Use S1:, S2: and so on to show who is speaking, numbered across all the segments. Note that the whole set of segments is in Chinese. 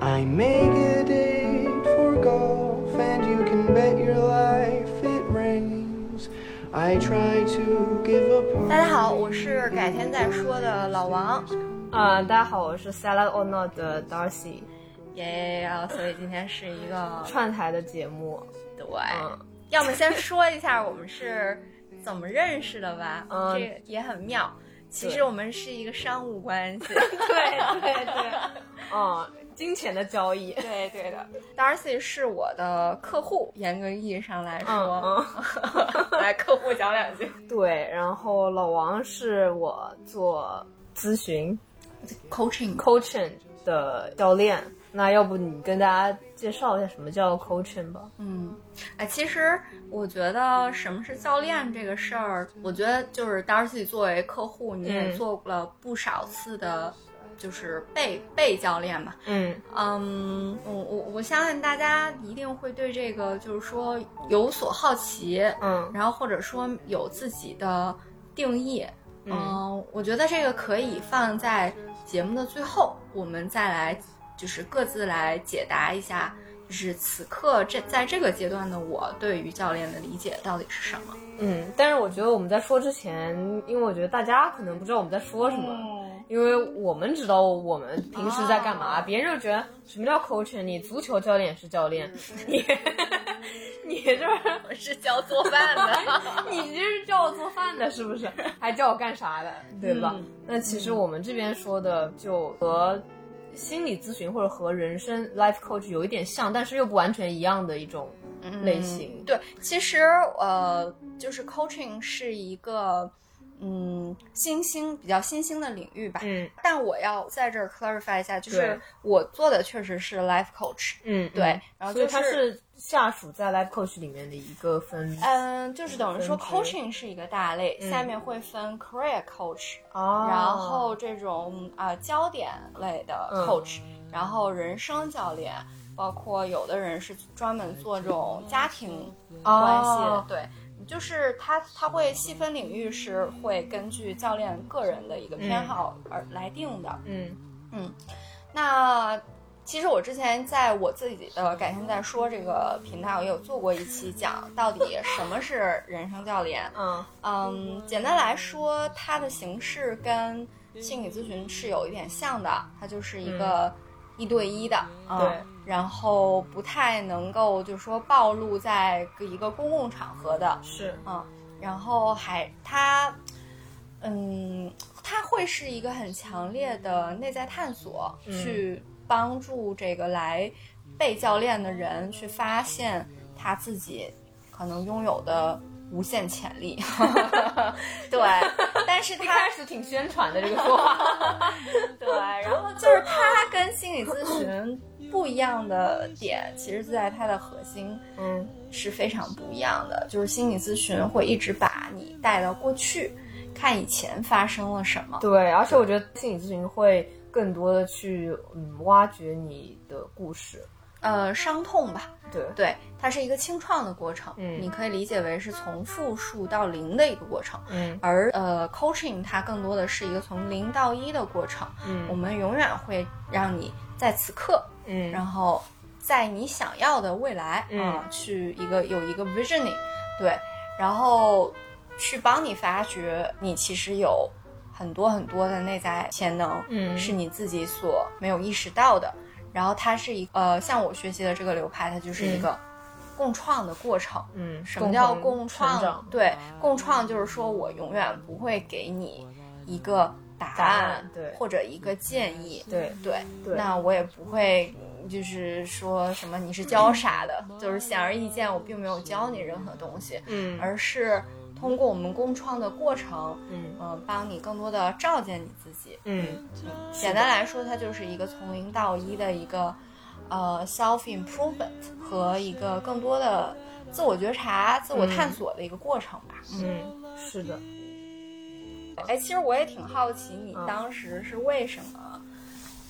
S1: I make a date for golf, and you can bet your life it rains. I try to give up.
S2: 大家好，我是改天再说的老王，
S3: 啊、大家好，我是 Salad or Not 的 Darcy，
S2: 耶啊！所以今天是一个
S3: 串台的节目。
S2: 对，
S3: 嗯，
S2: 要么先说一下我们是怎么认识的吧，
S3: 嗯
S2: 这个也很妙。其实
S3: 对
S2: 我们是一个商务关系，
S3: 对对对， 嗯，金钱的交易。
S2: 对对的。Darcy 是我的客户，严格意义上来说，
S3: 嗯
S2: 来客户讲两句。
S3: 嗯，对。然后老王是我做咨询
S2: Coaching
S3: coaching 的教练。那要不你跟大家介绍一下什么叫 coaching 吧？
S2: 嗯，哎，其实我觉得什么是教练这个事儿，我觉得就是当时自己作为客户，你也
S3: 嗯
S2: 做了不少次的，就是被被教练嘛。
S3: 嗯
S2: 嗯，我我我相信大家一定会对这个就是说有所好奇，
S3: 嗯
S2: 然后或者说有自己的定义。
S3: 嗯
S2: 嗯，我觉得这个可以放在节目的最后，我们再来就是各自来解答一下，就是此刻这在这个阶段的我对于教练的理解到底是什么。
S3: 嗯。但是我觉得我们在说之前，因为我觉得大家可能不知道我们在说什么。
S2: 嗯，
S3: 因为我们知道我们平时在干嘛，
S2: 哦
S3: 别人就觉得什么叫 coaching？你足球教练是教练，
S2: 嗯
S3: 你你就是
S2: 我是教做饭的。
S3: 你就是叫我做饭的，是不是？还叫我干啥的，对吧？
S2: 嗯
S3: 那其实我们这边说的就和心理咨询或者和人生 life coach 有一点像，但是又不完全一样的一种
S2: 嗯
S3: 类型。
S2: 对，其实呃，就是 coaching 是一个嗯新兴比较新兴的领域吧。
S3: 嗯
S2: 但我要在这儿 clarify 一下，就是
S3: 对
S2: 我做的确实是 life coach，
S3: 嗯，
S2: 对，
S3: 嗯
S2: 然后
S3: 所以
S2: 就
S3: 它
S2: 是。
S3: 是下属在 life coach 里面的一个分
S2: 嗯，就是等于说
S3: 分支
S2: coaching 是一个大类，
S3: 嗯
S2: 下面会分 career coach，、
S3: 哦，
S2: 然后这种啊、焦点类的
S3: 嗯
S2: coach，、然后人生教练，包括有的人是专门做这种家庭关系的，
S3: 哦
S2: 对，就是他他会细分领域是会根据教练个人的一个偏
S3: 嗯
S2: 好而来定的。
S3: 嗯
S2: 那其实我之前在我自己的“改天再说”这个频道也有做过一期讲到底什么是人生教练。
S3: 嗯
S2: 嗯，简单来说，它的形式跟心理咨询是有一点像的，它就是一个一对一的，嗯、
S3: 对
S2: 然后不太能够就是说暴露在一个公共场合的，
S3: 是
S2: 嗯，然后还它，嗯，它会是一个很强烈的内在探索，
S3: 嗯
S2: 去帮助这个来被教练的人去发现他自己可能拥有的无限潜力。 对，但是
S3: 一
S2: 他
S3: 开始挺宣传的这个说法，
S2: 对，然后就是它跟心理咨询不一样的点，其实就在它的核心。
S3: 嗯
S2: 是非常不一样的。就是心理咨询会一直把你带到过去，看以前发生了什么，。
S3: 对，而且我觉得心理咨询会更多的去嗯挖掘你的故事，
S2: 呃，伤痛吧。
S3: 对，
S2: 对，它是一个清创的过程，
S3: 嗯
S2: 你可以理解为是从负数到零的一个过程。
S3: 嗯
S2: 而呃，coaching 它更多的是一个从零到一的过程，我
S3: 嗯
S2: 们永远会让你在此刻，
S3: 嗯，
S2: 然后在你想要的未来啊、
S3: 嗯
S2: 去一个有一个 visioning，对，然后去帮你发掘你其实有很多很多的内在潜能，
S3: 嗯
S2: 是你自己所没有意识到的。然后它是一呃，像我学习的这个流派，它就是一个共创的过程。
S3: 嗯，
S2: 什么叫
S3: 共
S2: 共
S3: 同
S2: 创？
S3: 成长？啊
S2: 对，共创就是说我永远不会给你一个答案，
S3: 答案对
S2: 或者一个建议，
S3: 对
S2: 对，
S3: 对
S2: 那我也不会。就是说什么你是教啥的，就是显而易见，我并没有教你任何东西，
S3: 嗯
S2: 而是通过我们共创的过程，
S3: 嗯
S2: 呃，帮你更多的照见你自己。
S3: 嗯
S2: 简单来说，它就是一个从零到一的一个呃 self improvement 和一个更多的自我觉察、自我探索的一个过程吧。
S3: 嗯，是的，
S2: 哎，其实我也挺好奇，你
S3: 嗯
S2: 当时是为什么，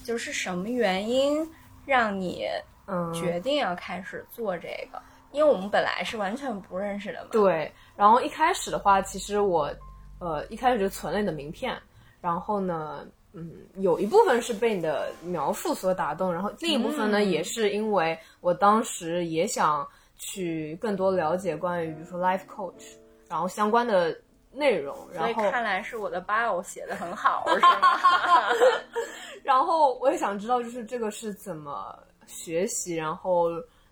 S2: 就是什么原因让你
S3: 嗯，
S2: 决定要开始做这个？因为我们本来是完全不认识的嘛。
S3: 对，然后一开始的话，其实我呃一开始就存了你的名片，然后呢，有一部分是被你的描述所打动，然后另一部分呢，
S2: 嗯
S3: 也是因为我当时也想去更多了解关于比如说 life coach，然后相关的内容，
S2: 所
S3: 然
S2: 以
S3: 后
S2: 看来是我的 bio 写的很好，是吗？
S3: 然后我也想知道就是这个是怎么学习，然后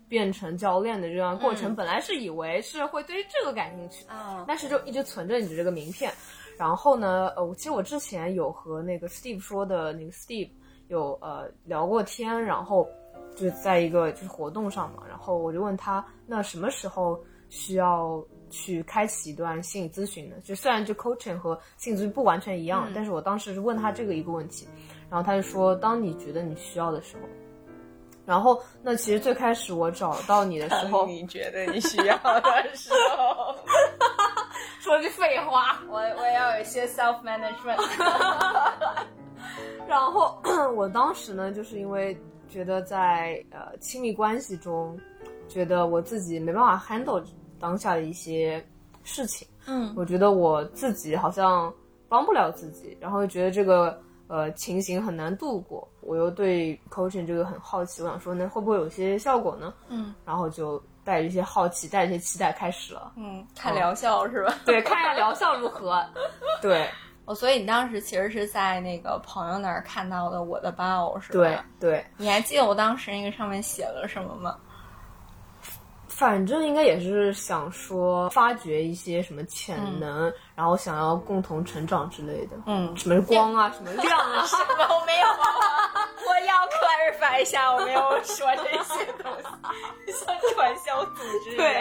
S3: 变成教练的这段过程。
S2: 嗯
S3: 本来是以为是会对于这个感兴 趣，
S2: 嗯
S3: 但是就一直存着你的这个名片。然后呢，呃，我其实我之前有和那个 Steve 说的那个 Steve 有呃聊过天，然后就在一个就是活动上嘛，然后我就问他，那什么时候需要去开启一段心理咨询呢？就虽然就 coaching 和心理咨询不完全一样，
S2: 嗯，
S3: 但是我当时是问他这个一个问题，然后他就说，当你觉得你需要的时候。然后，那其实最开始我找到你的时候
S2: 你觉得你需要的时 候，
S3: 说了句废话，
S2: 我我要有一些 self management。
S3: 然后 我当时呢，就是因为觉得在呃亲密关系中，觉得我自己没办法 handle 当下的一些事情，
S2: 嗯
S3: 我觉得我自己好像帮不了自己，然后又觉得这个呃情形很难度过，我又对 coaching 这个很好奇，我想说那会不会有些效果呢？
S2: 嗯
S3: 然后就带着一些好奇，带着一些期待开始了，
S2: 嗯，看疗效是吧？
S3: 对，看一下疗效如何， 对
S2: 哦，所以你当时其实是在那个朋友那儿看到的我的 bio 是吧？
S3: 对，对，
S2: 你还记得我当时那个上面写了什么吗？
S3: 反正应该也是想说发掘一些什么潜能，然后想要共同成长之类的，
S2: 嗯，
S3: 什么光啊，什么亮 啊，
S2: 我没有，我要 clarify 一下，我没有说这些东西，像传销组 织。
S3: 对，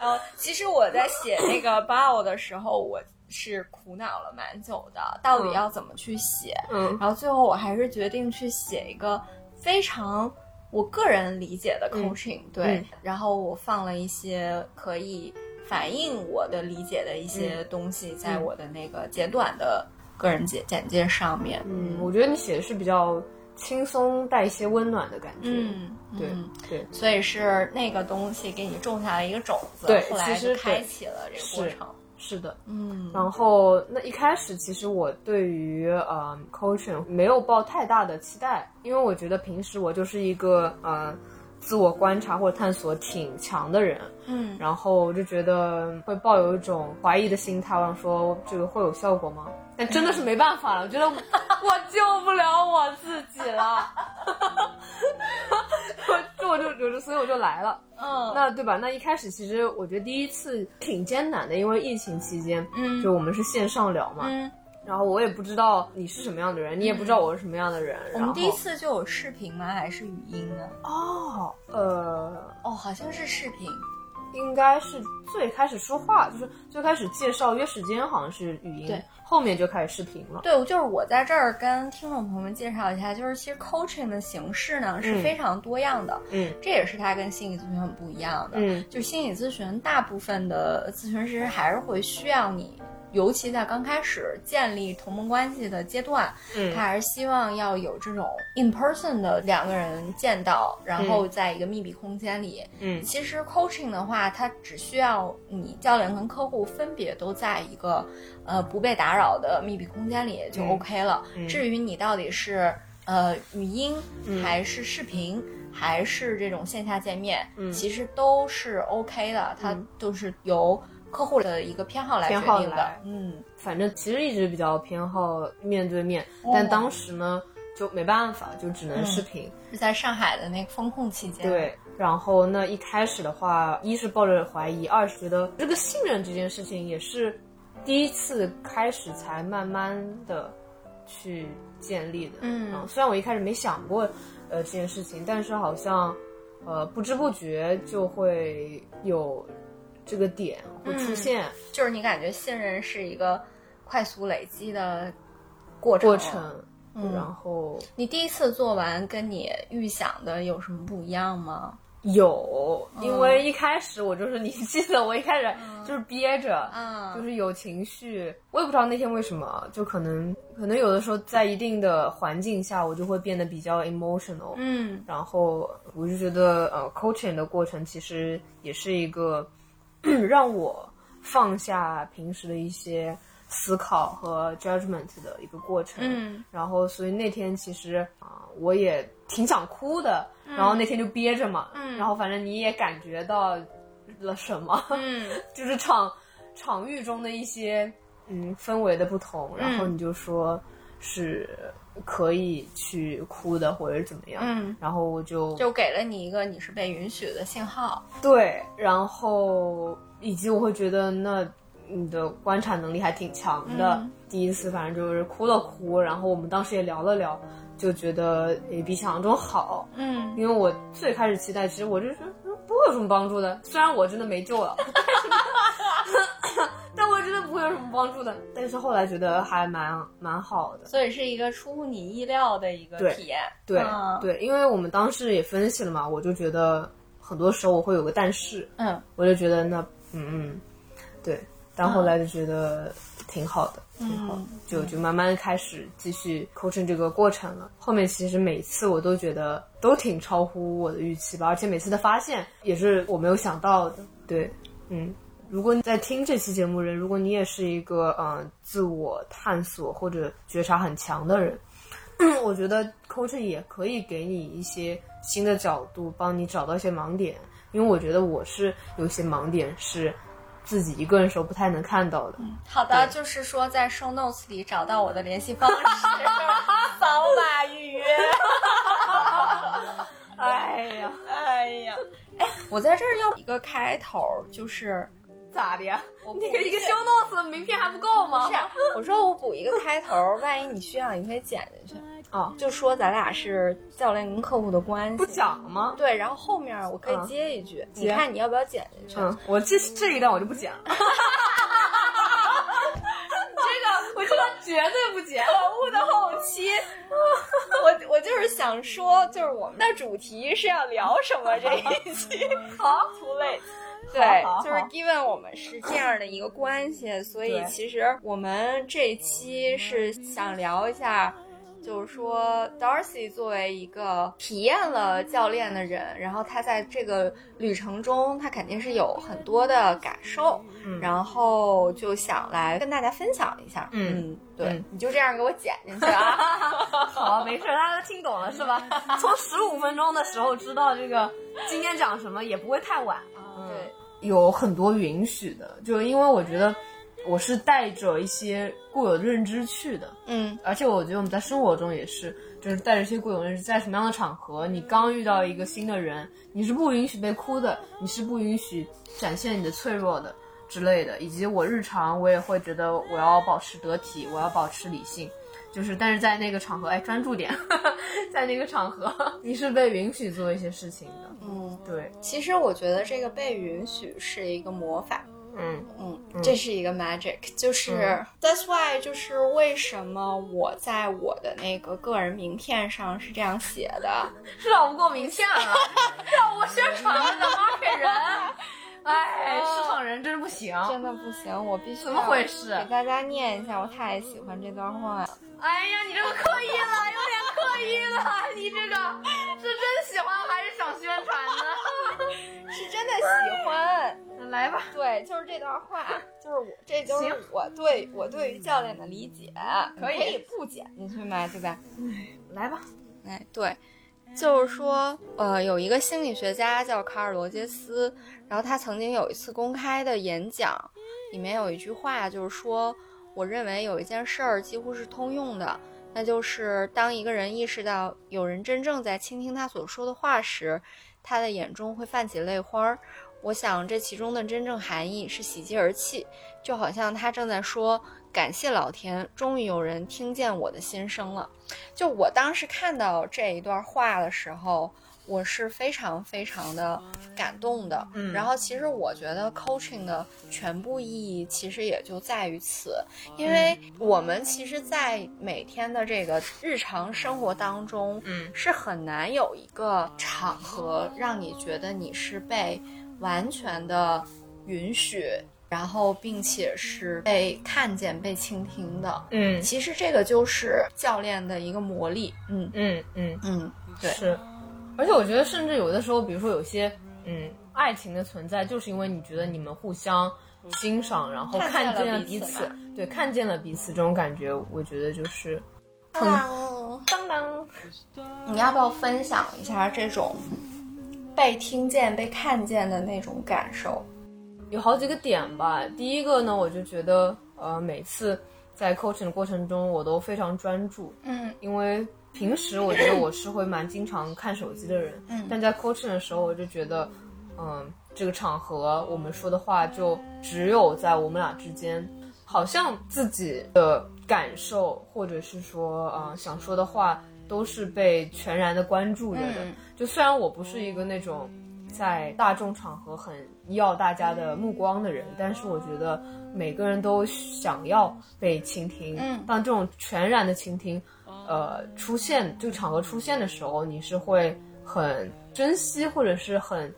S2: 然后哦其实我在写那个 bio 的时候，我是苦恼了蛮久的，到底要怎么去写？
S3: 嗯
S2: 然后最后我还是决定去写一个非常我个人理解的 coaching，、对、
S3: 嗯
S2: 然后我放了一些可以反映我的理解的一些东西，
S3: 嗯
S2: 在我的那个简短的个人简简介上面。
S3: 嗯，我觉得你写的是比较轻松带一些温暖的感觉，
S2: 嗯，
S3: 对
S2: 嗯
S3: 对，
S2: 所以是那个东西给你种下了一个种子，
S3: 对
S2: 后来
S3: 其
S2: 就
S3: 实
S2: 开
S3: 对
S2: 启了这个
S3: 是
S2: 过程。
S3: 是的。
S2: 嗯
S3: 然后那一开始其实我对于呃 coaching 没有抱太大的期待，因为我觉得平时我就是一个呃自我观察或者探索挺强的人，
S2: 嗯
S3: 然后我就觉得会抱有一种怀疑的心态，我想说这个会有效果吗？但真的是没办法了，我觉得我救不了我自己了， 我这我就我就所以我就来了，
S2: 嗯
S3: 那对吧？那一开始其实我觉得第一次挺艰难的，因为疫情期间，
S2: 嗯
S3: 就我们是线上聊嘛，
S2: 嗯，
S3: 然后我也不知道你是什么样的人，你也不知道我是什么样的人，
S2: 我
S3: 然
S2: 们
S3: 后
S2: 第一次就有视频吗？还是语音呢？
S3: 哦，呃，
S2: 哦，好像是视频。
S3: 应该是最开始说话，就是最开始介绍约时间，好像是语音，
S2: 对，
S3: 后面就开始视频了。
S2: 对，就是我在这儿跟听众朋友们介绍一下，就是其实 coaching 的形式呢是
S3: 嗯
S2: 非常多样的，
S3: 嗯
S2: 这也是它跟心理咨询很不一样的。
S3: 嗯
S2: 就心理咨询，大部分的咨询师还是会需要你，尤其在刚开始建立同盟关系的阶段，他
S3: 嗯
S2: 还是希望要有这种 in person 的两个人见到，然后在一个密闭空间里。
S3: 嗯
S2: 其实 coaching 的话，它只需要你教练跟客户分别都在一个呃不被打扰的密闭空间里就
S3: 嗯
S2: OK 了。
S3: 嗯
S2: 至于你到底是呃语音
S3: 嗯
S2: 还是视频。还是这种线下见面，
S3: 嗯
S2: 其实都是 OK 的，它
S3: 嗯
S2: 都是由客户的一个偏好来决
S3: 偏好
S2: 定的
S3: 来。
S2: 嗯，
S3: 反正其实一直比较偏好面对面，
S2: 哦嗯
S3: 但当时呢就没办法，就只能视频。
S2: 是在上海的那个风控期间，，
S3: 对，然后那一开始的话，一是抱着怀疑，二是觉得这个信任这件事情也是第一次开始才慢慢的去建立的。
S2: 嗯
S3: 然后虽然我一开始没想过呃这件事情，但是好像呃不知不觉就会有这个点会出
S2: 嗯
S3: 现。
S2: 就是你感觉信任是一个快速累积的过程。
S3: 过程，
S2: 嗯
S3: 然后
S2: 你第一次做完跟你预想的有什么不一样吗？
S3: 有，因
S2: 嗯
S3: 为一开始我就是你记得我一开始就是憋着，
S2: 啊
S3: 就是有情绪，我也不知道那天为什么，啊就可能可能有的时候在一定的环境下，我就会变得比较 emotional，
S2: 嗯
S3: 然后我就觉得呃，coaching 的过程其实 也是一个让我放下平时的一些思考和 judgment 的一个过程。
S2: 嗯，
S3: 然后所以那天其实啊、我也挺想哭的，然后那天就憋着嘛，
S2: 嗯
S3: 然后反正你也感觉到了什么，
S2: 嗯
S3: 就是场场域中的一些嗯氛围的不同，然
S2: 嗯
S3: 后你就说是可以去哭的，或者是怎么样。
S2: 嗯，
S3: 然后我就
S2: 就给了你一个你是被允许的信号。
S3: 对，然后以及我会觉得那你的观察能力还挺强的。
S2: 嗯
S3: 第一次反正就是哭了哭，然后我们当时也聊了聊，就觉得也比想象中好。
S2: 嗯，
S3: 因为我最开始期待，其实我就觉得嗯不会有什么帮助的。虽然我真的没救了， 但是但我真的不会有什么帮助的。但是后来觉得还蛮蛮好的，
S2: 所以是一个出乎你意料的一个
S3: 对
S2: 体验。
S3: 对、
S2: 嗯
S3: 对，因为我们当时也分析了嘛，我就觉得很多时候我会有个但是，
S2: 嗯
S3: 我就觉得那嗯嗯，对，但后来就觉得挺好的，挺好的，
S2: 嗯
S3: 就就慢慢开始继续 coaching 这个过程了。后面其实每次我都觉得都挺超乎我的预期吧，而且每次的发现也是我没有想到的。对，嗯。如果你在听这期节目的人，如果你也是一个嗯、呃自我探索或者觉察很强的人， 我觉得 coaching 也可以给你一些新的角度，帮你找到一些盲点。因为我觉得我是有一些盲点是自己一个人时候不太能看到的。
S2: 好的，就是说在 show notes 里找到我的联系方 式，扫码预约。
S3: 哎呀，
S2: 哎呀，哎，我在这儿要一个开头，就是
S3: 咋的呀？
S2: 我
S3: 那个一个 show notes 的名片还不够吗？
S2: 不是，我说我补一个开头，万一你需要，你可以剪进去。
S3: 哦，
S2: 就说咱俩是教练跟客户的关系，
S3: 不讲了吗？
S2: 对，然后后面我可以
S3: 嗯
S2: 接一句，你
S3: 接
S2: 看你要不要剪进去？
S3: 嗯，我这这一段我就不剪 了。这个我这个绝对不剪。
S2: 可恶的后期， 我我就是想说，就是我们的主题是要聊什么这一 期， 好，too late。对
S3: 好好，
S2: 就
S3: 好
S2: 是 given 我们是这样的一个关系，所以
S3: 对
S2: 其实我们这一期是想聊一下，就是说 Darcy 作为一个体验了教练的人，然后他在这个旅程中，他肯定是有很多的感受，
S3: 嗯
S2: 然后就想来跟大家分享一下。
S3: 嗯
S2: 对，
S3: 嗯
S2: 你就这样给我剪进去啊。
S3: 好，没事，大家都听懂了是 吧？从十五分钟的时候知道这个今天讲什么，也不会太晚。嗯
S2: 对，
S3: 有很多允许的，就是因为我觉得我是带着一些固有的认知去的，
S2: 嗯
S3: 而且我觉得我们在生活中也是，就是带着一些固有认知，在什么样的场合，你刚遇到一个新的人，你是不允许被哭的，你是不允许展现你的脆弱的之类的，以及我日常我也会觉得我要保持得体，我要保持理性。就是，但是在那个场合，哎，专注点， 在那个场合，你是被允许做一些事情的，
S2: 嗯，
S3: 对，
S2: 其实我觉得这个被允许是一个魔法。
S3: 嗯
S2: 嗯，这是一个 magic，就是、that's why，就是为什么我在我的那个个人名片上是这样写的，
S3: 是让我不够名片了，让我宣传了，让 market 人， 哎，市场人真是不行。
S2: 真的不行，我必须
S3: 啊怎么回事
S2: 要给大家念一下，我太喜欢这段话了。
S3: 哎呀，你这个刻意了，有点刻意了，你这个是真喜欢还是想宣传呢？
S2: 是真的喜欢。
S3: 来吧，
S2: 对，就是这段话，就是我，这就是
S3: 行
S2: 我对我对于教练的理解。
S3: 可以
S2: 可以不剪进去吗？对吧？
S3: 来吧，
S2: 哎，对，就是说，呃，有一个心理学家叫卡尔罗杰斯，然后他曾经有一次公开的演讲，里面有一句话，就是说，我认为有一件事儿几乎是通用的，那就是当一个人意识到有人真正在倾听他所说的话时，他的眼中会泛起泪花儿。我想，这其中的真正含义是喜极而泣，就好像他正在说：“感谢老天，终于有人听见我的心声了。”就我当时看到这一段话的时候，我是非常非常的感动的。
S3: 嗯
S2: 然后其实我觉得 coaching 的全部意义其实也就在于此，因为
S3: 嗯
S2: 我们其实，在每天的这个日常生活当中，
S3: 嗯
S2: 是很难有一个场合让你觉得你是被完全的允许，然后并且是被看见、被倾听的。
S3: 嗯
S2: 其实这个就是教练的一个魔力。嗯
S3: 嗯嗯，
S2: 嗯，对
S3: 是，而且我觉得甚至有的时候，比如说有些嗯，爱情的存在，就是因为你觉得你们互相欣赏，然后看
S4: 看见
S3: 见
S4: 了
S3: 了
S4: 彼
S3: 彼
S4: 此
S3: 此
S4: 吧，
S3: 对，看见了彼此这种感觉，我觉得就是
S4: 当
S2: 嗯
S4: 当，
S3: 当当，
S2: 你要不要分享一下这种被听见、被看见的那种感受？
S3: 有好几个点吧。第一个呢，我就觉得呃，每次在 coaching 的过程中，我都非常专注，
S2: 嗯
S3: 因为平时我觉得我是会蛮经常看手机的人，
S2: 嗯
S3: 但在 coaching 的时候，我就觉得，嗯，这个场合我们说的话就只有在我们俩之间，好像自己的感受或者是说，嗯，想说的话都是被全然的关注着的。
S2: 嗯
S3: 就虽然我不是一个那种在大众场合很要大家的目光的人，但是我觉得每个人都想要被倾听。
S2: 嗯
S3: 当这种全然的倾听，呃，出现这个场合出现的时候，你是会很珍惜或者是很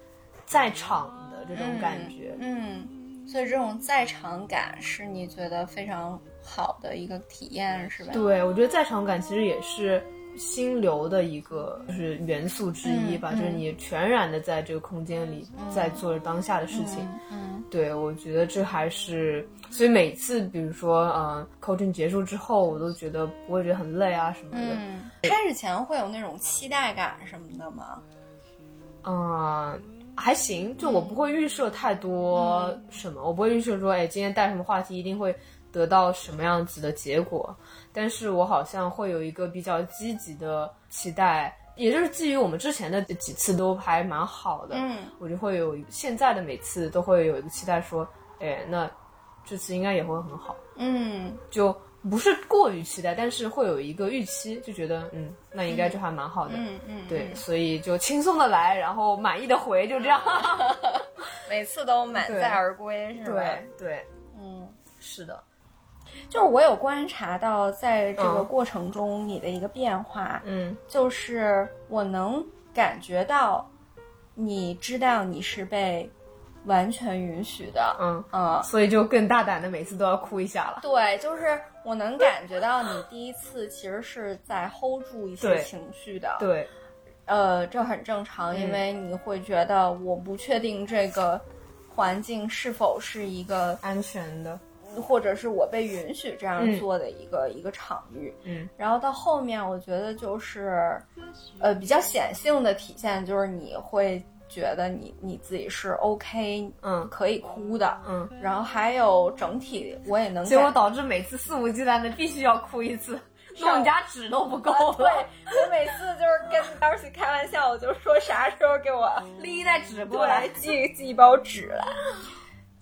S3: 在场的这种感觉。
S2: 嗯，所以这种在场感是你觉得非常好的一个体验，是吧？
S3: 对，我觉得在场感其实也是心流的一个就是元素之一吧，
S2: 嗯嗯
S3: 就是你全然的在这个空间里，在做着当下的事情。
S2: 嗯
S3: 对，我觉得这还是，所以每次比如说，呃，coaching 结束之后，我都觉得不会觉得很累啊什么的。
S2: 嗯，开始前会有那种期待感什么的吗？
S3: 嗯，还行，就我
S2: 嗯
S3: 不会预设太多什么，我不会预设说，哎，今天带什么话题一定会得到什么样子的结果，但是我好像会有一个比较积极的期待，也就是基于我们之前的几次都还蛮好的，
S2: 嗯
S3: 我就会有现在的每次都会有一个期待，说，哎，那这次应该也会很好，
S2: 嗯
S3: 就不是过于期待，但是会有一个预期，就觉得，嗯，那应该就还蛮好的。
S2: 嗯嗯，
S3: 对，所以就轻松的来，然后满意的回，就这样。
S2: 嗯 每次都满载而归，是吧？
S3: 对对，
S2: 嗯。
S3: 是的，
S2: 就是我有观察到，在这个
S3: 嗯
S2: 过程中你的一个变化，
S3: 嗯
S2: 就是我能感觉到，你知道你是被完全允许的，
S3: 嗯，
S2: 嗯，
S3: 所以就更大胆的，每次都要哭一下了。
S2: 对，就是我能感觉到你第一次其实是在 hold 住一些
S3: 对
S2: 情绪的，
S3: 对，嗯
S2: 呃，这很正常，因为你会觉得我不确定这个环境是否是一个，
S3: 安全的，
S2: 或者是我被允许这样
S3: 嗯
S2: 做的一个、一个场域，
S3: 嗯
S2: 然后到后面，我觉得就是，呃，比较显性的体现就是你会觉得你你自己是 OK，
S3: 嗯
S2: 可以哭的。
S3: 嗯，
S2: 然后还有整体，我也能
S3: 结果
S2: 感
S3: 导致每次肆无忌惮的必须要哭一次，
S2: 啊
S3: 弄你家纸都不够
S2: 对
S3: 了，，
S2: 我每次就是跟 Darcy 开玩笑，我就说啥时候给我
S3: 拎一袋纸过来
S2: 对。寄寄一包纸来。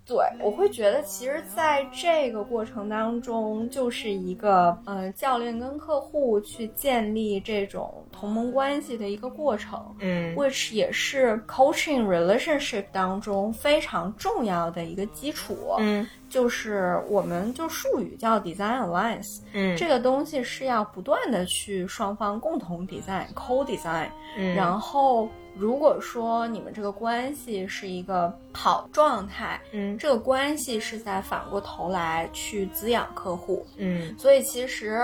S2: 对，我会觉得其实在这个过程当中，就是一个呃教练跟客户去建立这种同盟关系的一个过程。
S3: 嗯
S2: which 也是 coaching relationship 当中非常重要的一个基础，
S3: 嗯
S2: 就是我们就术语叫 design alliance，、
S3: 嗯
S2: 这个东西是要不断的去双方共同 design、co design，、
S3: 嗯
S2: 然后如果说你们这个关系是一个好状态，
S3: 嗯
S2: 这个关系是在反过头来去滋养客户，
S3: 嗯
S2: 所以其实，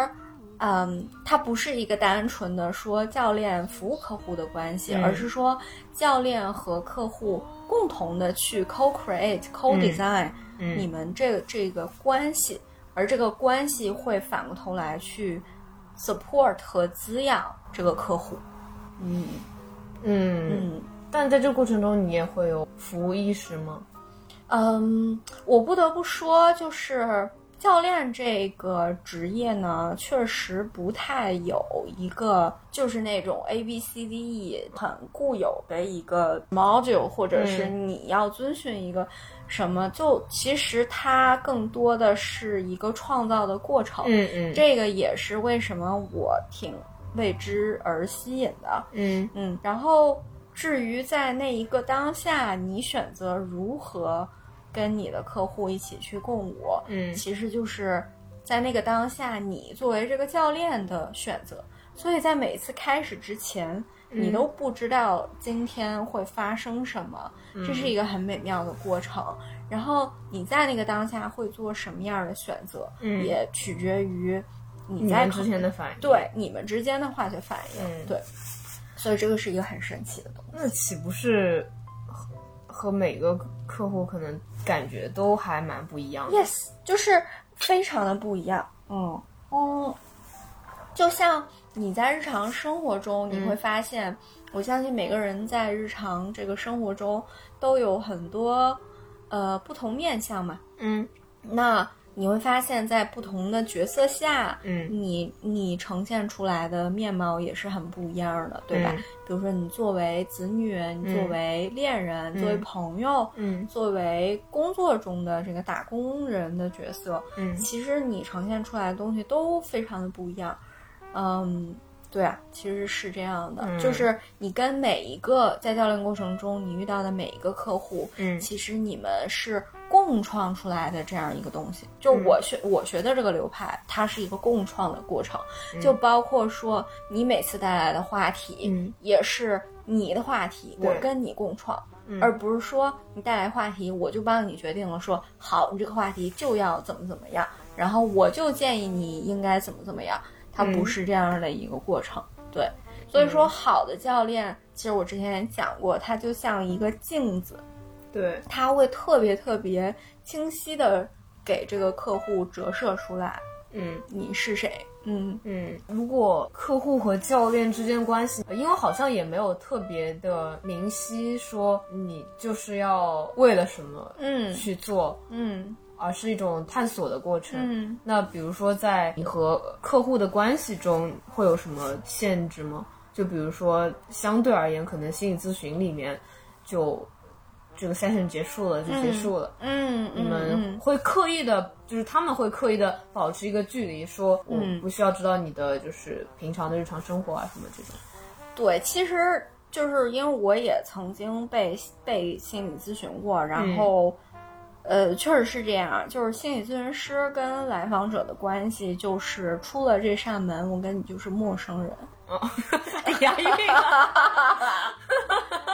S2: 嗯，它不是一个单纯的说教练服务客户的关系，
S3: 嗯
S2: 而是说教练和客户共同的去 co-create、co-design
S3: 嗯
S2: 你们这个这个关系，而这个关系会反过头来去 support 和滋养这个客户。嗯
S3: 嗯，
S2: 嗯。
S3: 但在这个过程中，你也会有服务意识吗？
S2: 嗯，我不得不说，就是教练这个职业呢，确实不太有一个就是那种 A B C D E 很固有的一个 module，或者是你要遵循一个什么，就其实它更多的是一个创造的过程。
S3: 嗯嗯
S2: 这个也是为什么我挺为之而吸引的。
S3: 嗯
S2: 嗯，然后至于在那一个当下，你选择如何跟你的客户一起去共舞，
S3: 嗯
S2: 其实就是在那个当下，你作为这个教练的选择。所以在每次开始之前，你
S3: 嗯
S2: 都不知道今天会发生什么，
S3: 嗯
S2: 这是一个很美妙的过程。然后你在那个当下会做什么样的选择，
S3: 嗯
S2: 也取决于你
S3: 你
S2: 在
S3: 们之前的反应，
S2: 对你们之间的化学反应，
S3: 嗯
S2: 对，所以这个是一个很神奇的东西。
S3: 那岂不是和和每个客户可能感觉都还蛮不一样的。
S2: Yes，就是非常的不一样。
S3: 嗯
S2: 嗯，就像你在日常生活中，你
S3: 嗯
S2: 会发现，我相信每个人在日常这个生活中都有很多呃不同面相嘛。
S3: 嗯
S2: 那你会发现在不同的角色下，
S3: 嗯
S2: 你你呈现出来的面貌也是很不一样的，对吧？
S3: 嗯
S2: 比如说你作为子女，你作为恋人，作为朋友，
S3: 嗯
S2: 作为工作中的这个打工人的角色，
S3: 嗯
S2: 其实你呈现出来的东西都非常的不一样。嗯，对啊，其实是这样的，
S3: 嗯
S2: 就是你跟每一个在教练过程中你遇到的每一个客户，
S3: 嗯
S2: 其实你们是共创出来的这样一个东西。就
S3: 嗯
S2: 我学、我学的这个流派，它是一个共创的过程，就包括说你每次带来的话题，
S3: 嗯
S2: 也是你的话题，
S3: 对
S2: 我跟你共创，
S3: 嗯
S2: 而不是说你带来话题，我就帮你决定了说，好，你这个话题就要怎么怎么样，然后我就建议你应该怎么怎么样，它
S3: 嗯
S2: 不是这样的一个过程，对。所以说，好的教练，其实我之前也讲过，他就像一个镜子，
S3: 对
S2: 他会特别特别清晰的给这个客户折射出来
S3: 嗯
S2: 你是谁。嗯，
S3: 嗯，如果客户和教练之间关系，呃因为好像也没有特别的明晰说你就是要为了什么
S2: 嗯
S3: 去做，
S2: 嗯
S3: 而是一种探索的过程。
S2: 嗯，
S3: 那比如说，在你和客户的关系中会有什么限制吗？就比如说，相对而言，可能心理咨询里面就这个 session 结束了，就结束了。
S2: 嗯，
S3: 你们会刻意的，就是他们会刻意的保持一个距离，说我
S2: 嗯
S3: 不需要知道你的就是平常的日常生活啊什么 这种。
S2: 对，其实就是因为我也曾经被被心理咨询过，然后、呃，确实是这样，就是心理咨询师跟来访者的关系，就是出了这扇门，我跟你就是陌生人，
S3: 哎呀，
S2: 啊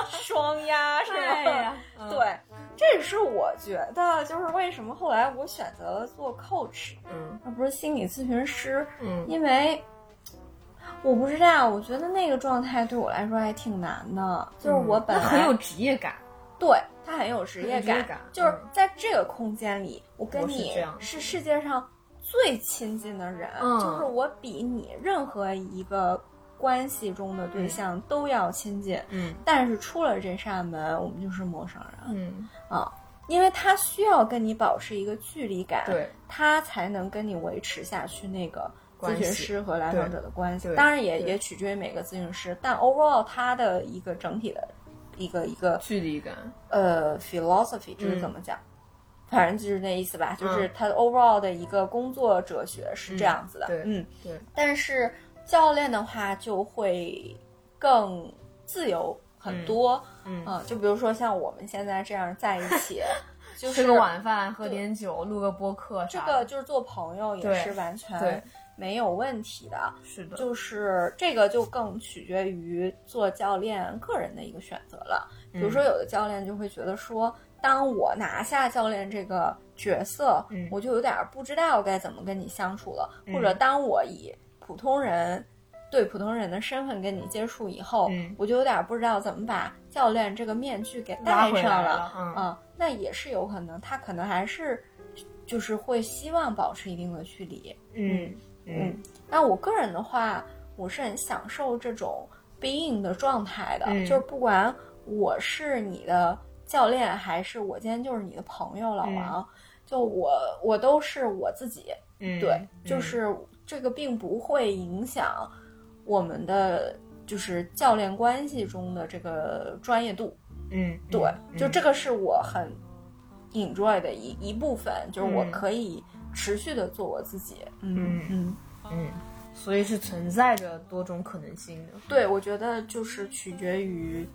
S3: 这
S2: 双压是
S3: 个，
S2: 对，这也是我觉得，就是为什么后来我选择了做 coach，啊
S3: 嗯
S2: 而不是心理咨询师，
S3: 嗯
S2: 因为我不知道，我觉得那个状态对我来说还挺难的，就是我本
S3: 嗯那
S2: 来、
S3: 很有职业感。
S2: 对他很有职业
S3: 很有职业
S2: 感，
S3: 感
S2: 就是
S3: 嗯
S2: 在这个空间里，我跟
S3: 我是
S2: 你
S3: 这样
S2: 是世界上最亲近的人，
S3: 嗯
S2: 就是我比你任何一个关系中的对象都要亲近。
S3: 嗯
S2: 但是出了这扇门，我们就是陌生人，
S3: 嗯，
S2: 因为他需要跟你保持一个距离感，
S3: 对，
S2: 他才能跟你维持下去那个咨
S3: 关系
S2: 询师和来访者的关系
S3: 对。对
S2: 当然也
S3: 对
S2: 也取决于每个咨询师，但 overall 他的一个整体的一个一个
S3: 距离感。
S2: 呃 philosophy，这是怎么
S3: 嗯
S2: 讲？反正就是那意思吧，就是他 overall 的一个工作哲学是这样子的。
S3: 对
S2: 嗯，
S3: 对，
S2: 但是教练的话就会更自由很多。
S3: 嗯
S2: 呃就比如说像我们现在这样在一 起，就是
S3: 吃个晚饭，喝点酒，录个播客
S2: 这
S3: 啥
S2: 个
S3: 的。
S2: 就是做朋友也
S3: 对
S2: 是完全
S3: 对
S2: 没有问题的。
S3: 是的，
S2: 就是这个就更取决于做教练个人的一个选择了。比
S3: 嗯
S2: 如说，有的教练就会觉得说，当我拿下教练这个角色，
S3: 嗯
S2: 我就有点不知道该怎么跟你相处了，
S3: 嗯
S2: 或者当我以普通人。对普通人的身份跟你接触以后，
S3: 嗯
S2: 我就有点不知道怎么把教练这个面具给
S3: 拉
S2: 戴
S3: 回
S2: 上
S3: 来
S2: 了
S3: 了。嗯
S2: 啊、那也是有可能，他可能还是就是会希望保持一定的距离。
S3: 嗯
S2: 嗯，那我个人的话，我是很享受这种 being 的状态的，
S3: 嗯
S2: 就是不管我是你的教练，还是我今天就是你的朋友老王，就我我都是我自己。
S3: 嗯，
S2: 对，
S3: 嗯
S2: 就是这个并不会影响我们的就是教练关系中的这个专业度。
S3: 嗯，
S2: 对，
S3: 嗯
S2: 就这个是我很 enjoy 的一一部分，就是我
S3: 嗯
S2: 可以持续的做我自己。嗯
S3: 嗯
S2: 嗯
S3: 嗯，所以是存在着多种可能性的。
S2: 对，我觉得就是取决于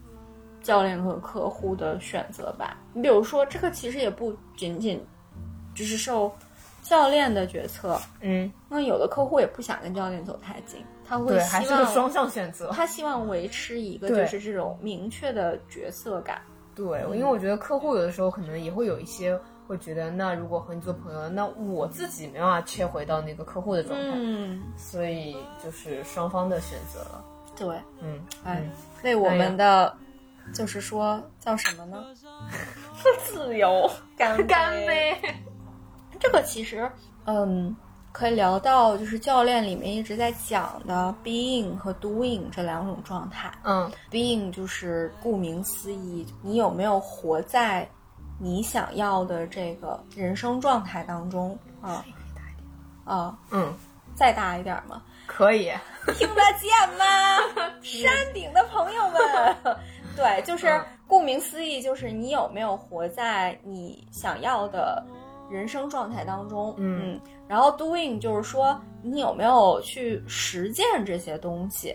S2: 教练和客户的选择吧。你比如说，这个其实也不仅仅只是受教练的决策，
S3: 嗯，
S2: 那有的客户也不想跟教练走太近，他会
S3: 对，还
S2: 希
S3: 是个
S2: 望
S3: 双向 选择。
S2: 他希望维持一个
S3: 对
S2: 就是这种明确的角色感。
S3: 对，因为我觉得客户有的时候可能也会有一些会觉得，那如果和你做朋友，那我自己没办法切回到那个客户的状态，
S2: 嗯，
S3: 所以就是双方的选择了。
S2: 对，
S3: 嗯，
S2: 哎
S3: 嗯，
S2: 为我们的就是说叫什么呢？ 自由，干
S5: 干杯！
S2: 这个其实，嗯，可以聊到就是教练里面一直在讲的 being 和 doing 这两种状态。
S3: 嗯
S2: being 就是顾名思义，你有没有活在你想要的这个人生状态当中啊？啊，
S3: 嗯，
S2: 再大一点儿嘛，
S3: 可以，
S2: 听得见吗？ 山顶的朋友们，对，就是
S3: 嗯
S2: 顾名思义，就是你有没有活在你想要的人生状态当中？
S3: 嗯
S2: 嗯，然后 doing 就是说你有没有去实践这些东西？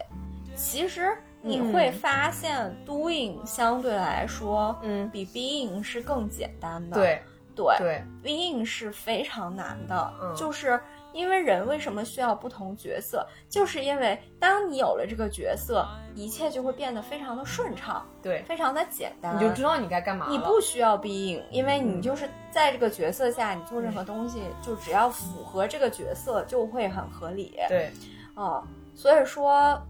S2: 其实你会
S3: 嗯
S2: 发现 doing 相对来说，
S3: 嗯，
S2: 比 being 是更简单的。
S3: 对
S2: 对
S3: 对，
S2: being 是非常难的，
S3: 嗯
S2: 就是因为人为什么需要不同角色，就是因为当你有了这个角色，一切就会变得非常的顺畅，
S3: 对，
S2: 非常的简单。
S3: 你就知嗯道你该干嘛
S2: 嗯
S3: 了。
S2: 你不需要 being，因为你就是在这个角色下，你做任何东西，就只要符合这个角色，就会很合理。
S3: 对，
S2: 啊、所以说，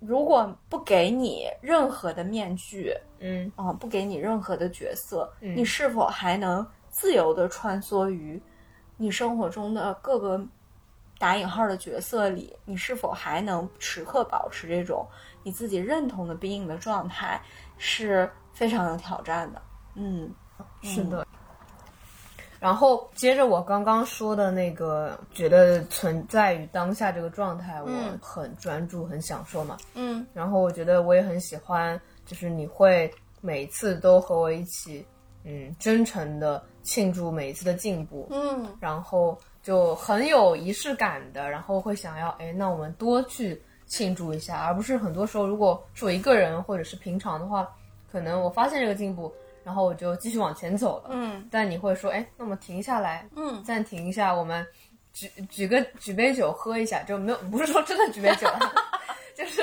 S2: 如果不给你任何的面具，
S3: 嗯
S2: 啊、不给你任何的角色，
S3: 嗯
S2: 你是否还能自由的穿梭于你生活中的各个打引号的角色里？你是否还能时刻保持这种你自己认同的 being 的状态，是非常有挑战的。嗯，
S3: 是的。然后接着我刚刚说的那个，觉得存在于当下这个状态，我
S2: 嗯
S3: 很专注，很享受嘛。
S2: 嗯
S3: 然后我觉得我也很喜欢，就是你会每次都和我一起，嗯，真诚的庆祝每一次的进步，
S2: 嗯
S3: 然后就很有仪式感的，然后会想要，哎，那我们多去庆祝一下，而不是很多时候，如果是我一个人或者是平常的话，可能我发现这个进步，然后我就继续往前走了。
S2: 嗯
S3: 但你会说，哎，那么停下来，
S2: 嗯
S3: 暂停一下，我们举举个举杯酒喝一下，就没有不是说真的举杯酒 啊，就是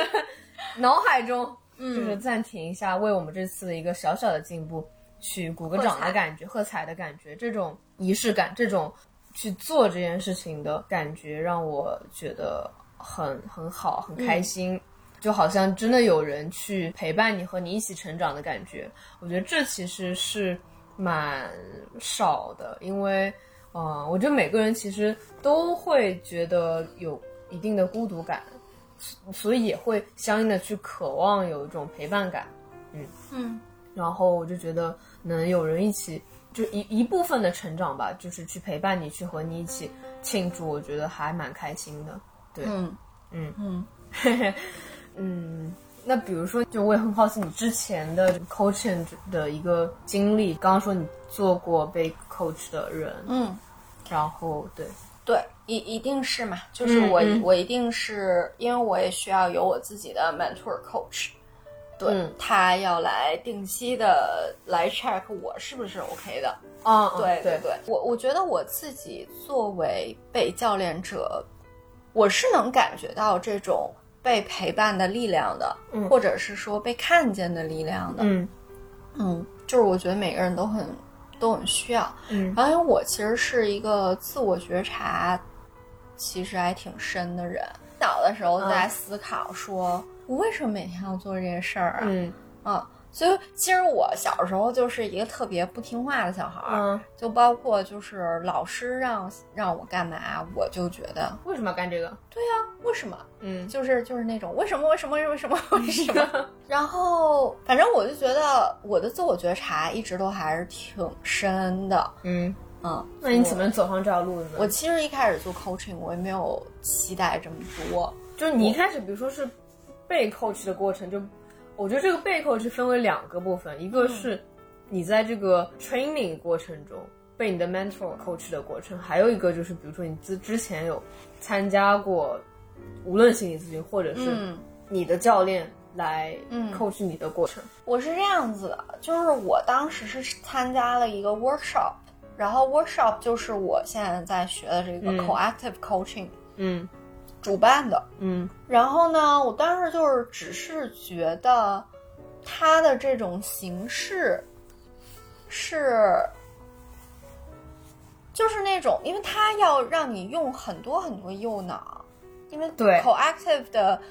S3: 脑海中
S2: 嗯
S3: 就是暂停一下，为我们这次的一个小小的进步去鼓个掌
S2: 喝
S3: 的
S2: 彩
S3: 感觉、喝彩的感觉，这种仪式感，这种去做这件事情的感觉，让我觉得很很好，很
S2: 嗯
S3: 开心。就好像真的有人去陪伴你和你一起成长的感觉，我觉得这其实是蛮少的，因为，嗯、我觉得每个人其实都会觉得有一定的孤独感，所所以也会相应的去渴望有一种陪伴感。
S2: 嗯
S3: 然后我就觉得能有人一起，就一一部分的成长吧，就是去陪伴你，去和你一起庆祝，我觉得还蛮开心的。
S2: 嗯
S3: 嗯
S2: 嗯
S3: 嗯，那比如说，就我也很好奇你之前的 coaching 的一个经历。刚刚说你做过被 coach 的人，
S2: 嗯，
S3: 然后对，
S2: 对，一一定是嘛，就是我、
S3: 嗯嗯
S2: 我一定是因为我也需要有我自己的 mentor coach，对、
S3: 嗯
S2: 他要来定期的来 check 我是不是 OK 的，
S3: 啊，
S2: 对
S3: 对
S2: 对，我我觉得我自己作为被教练者，我是能感觉到这种被陪伴的力量的，
S3: 嗯
S2: 或者是说被看见的力量的，
S3: 嗯
S2: 嗯，就是我觉得每个人都很都很需要，
S3: 嗯
S2: 然后因为我其实是一个自我觉察其实还挺深的人，小的时候就在思考说，我为什么每天要做这些事儿啊？
S3: 嗯
S2: 啊，所以其实我小时候就是一个特别不听话的小孩儿，
S3: 嗯，
S2: 就包括就是老师让让我干嘛，我就觉得
S3: 为什么要干这个？
S2: 为什么
S3: 嗯
S2: 就是就是那种为什么为什么为什么 为什么，然后反正我就觉得我的自我觉察一直都还是挺深的，
S3: 嗯，
S2: 嗯，
S3: 那你怎么走上这条路的呢？
S2: 我其实一开始做 coaching，我也没有期待这么多。
S3: 就是你一开始，比如说是被 coach 的过程，就我觉得这个被 coach 分为两个部分，一个是你在这个 training 过程中被你的 mentor coach 的过程，还有一个就是比如说你之之前有参加过，无论心理咨询或者是
S2: 嗯
S3: 你的教练来
S2: 嗯
S3: coach 你的过程。
S2: 我是这样子的，就是我当时是参加了一个 workshop，然后 workshop 就是我现在在学的这个
S3: 嗯
S2: coactive coaching
S3: 嗯
S2: 主办的。
S3: 嗯
S2: 然后呢，我当时就是只是觉得它的这种形式是，就是那种，因为它要让你用很多很多右脑，因为
S3: 对
S2: coactive 的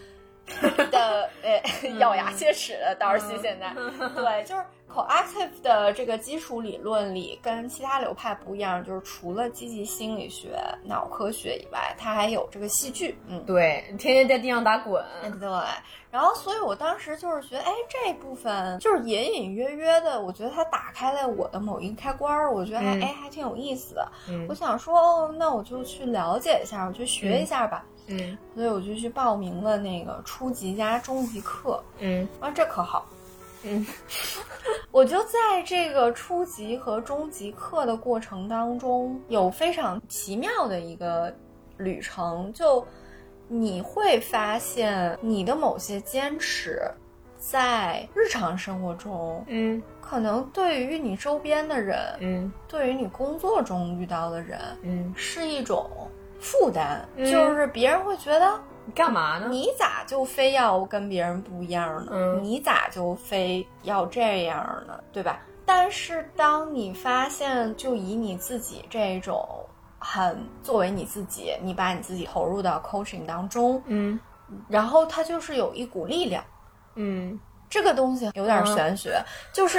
S2: 的呃咬牙切齿的，倒是现在。对，就是 coactive 的这个基础理论里，跟其他流派不一样，就是除了积极心理学、脑科学以外，它还有这个戏剧，嗯。
S3: 对，天天在地上打滚，
S2: 对，然后所以我当时就是觉得，哎，这部分就是隐隐约约的，我觉得它打开了我的某一个开关儿，我觉得还、
S3: 嗯
S2: 哎还挺有意思的。
S3: 嗯
S2: 我想说，哦，那我就去了解一下，我去学一下吧。
S3: 嗯
S2: 所以我就去报名了那个初级加中级课，
S3: 嗯
S2: 啊，这可好。
S3: 嗯，
S2: 我就在这个初级和中级课的过程当中，有非常奇妙的一个旅程。就你会发现，你的某些坚持，在日常生活中，
S3: 嗯
S2: 可能对于你周边的人，
S3: 嗯
S2: 对于你工作中遇到的人，
S3: 嗯，
S2: 是一种负担，
S3: 嗯
S2: 就是别人会觉得。
S3: 你干嘛呢？
S2: 你咋就非要跟别人不一样呢？
S3: 嗯
S2: 你咋就非要这样呢？对吧？但是当你发现，就以你自己这种很作为你自己，你把你自己投入到 coaching 当中，
S3: 嗯
S2: 然后它就是有一股力量。
S3: 嗯
S2: 这个东西有点
S3: 嗯
S2: 玄学，就是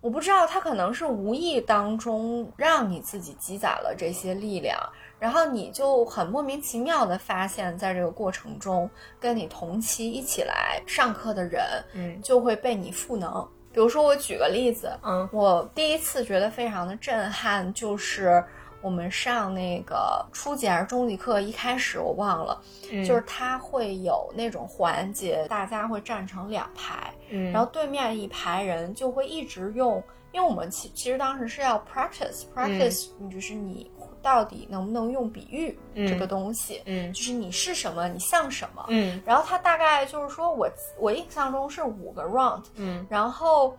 S2: 我不知道，它可能是无意当中让你自己积攒了这些力量，然后你就很莫名其妙的发现，在这个过程中，跟你同期一起来上课的人
S3: 嗯
S2: 就会被你赋能。比如说，我举个例子，
S3: 嗯
S2: 我第一次觉得非常的震撼，就是我们上那个初级还是中级课，一开始我忘了，
S3: 嗯，
S2: 就是它会有那种环节，大家会站成两排。
S3: 嗯，
S2: 然后对面一排人就会一直用，因为我们其其实当时是要 practice practice，、你就是你到底能不能用比喻
S3: 嗯
S2: 这个东西，
S3: 嗯
S2: 就是你是什么，你像什么。
S3: 嗯
S2: 然后他大概就是说我我印象中是五个 round，
S3: 嗯
S2: 然后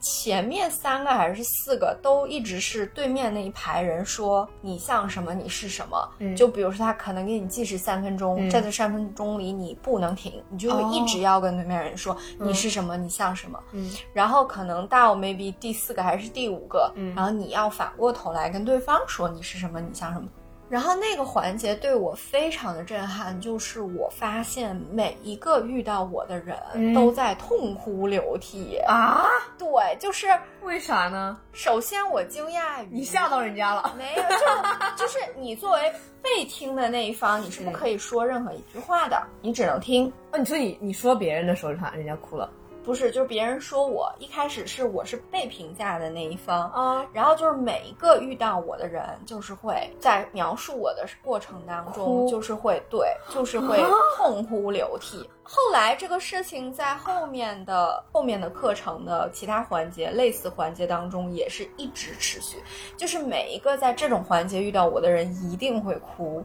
S2: 前面三个还是四个都一直是对面那一排人说你像什么，你是什么。
S3: 嗯
S2: 就比如说他可能给你计时三分钟，
S3: 嗯
S2: 在这三分钟里你不能停，你就会
S3: 哦
S2: 一直要跟对面人说、
S3: 嗯
S2: 你是什么，你像什么。
S3: 嗯
S2: 然后可能到 maybe 第四个还是第五个，
S3: 嗯
S2: 然后你要反过头来跟对方说你是什么，你像什么。然后那个环节对我非常的震撼，就是我发现每一个遇到我的
S3: 嗯
S2: 人都在痛哭流涕。
S3: 啊，
S2: 对，就是
S3: 为啥呢？
S2: 首先我惊讶于
S3: 你吓到人家了，
S2: 没有，就是就是你作为被听的那一方，你是不
S3: 嗯
S2: 可以说任何一句话的，你只能听。
S3: 哦，你说你你说别人的时候，他人家哭了
S2: 不是，就是别人说我一开始是我是被评价的那一方，
S3: 啊，
S2: 然后就是每一个遇到我的人，就是会在描述我的过程当中，
S3: 哭啊
S2: 就是会对，就是会痛哭流涕。后来这个事情在后面的后面的课程的其他环节、类似环节当中也是一直持续，就是每一个在这种环节遇到我的人一定会哭，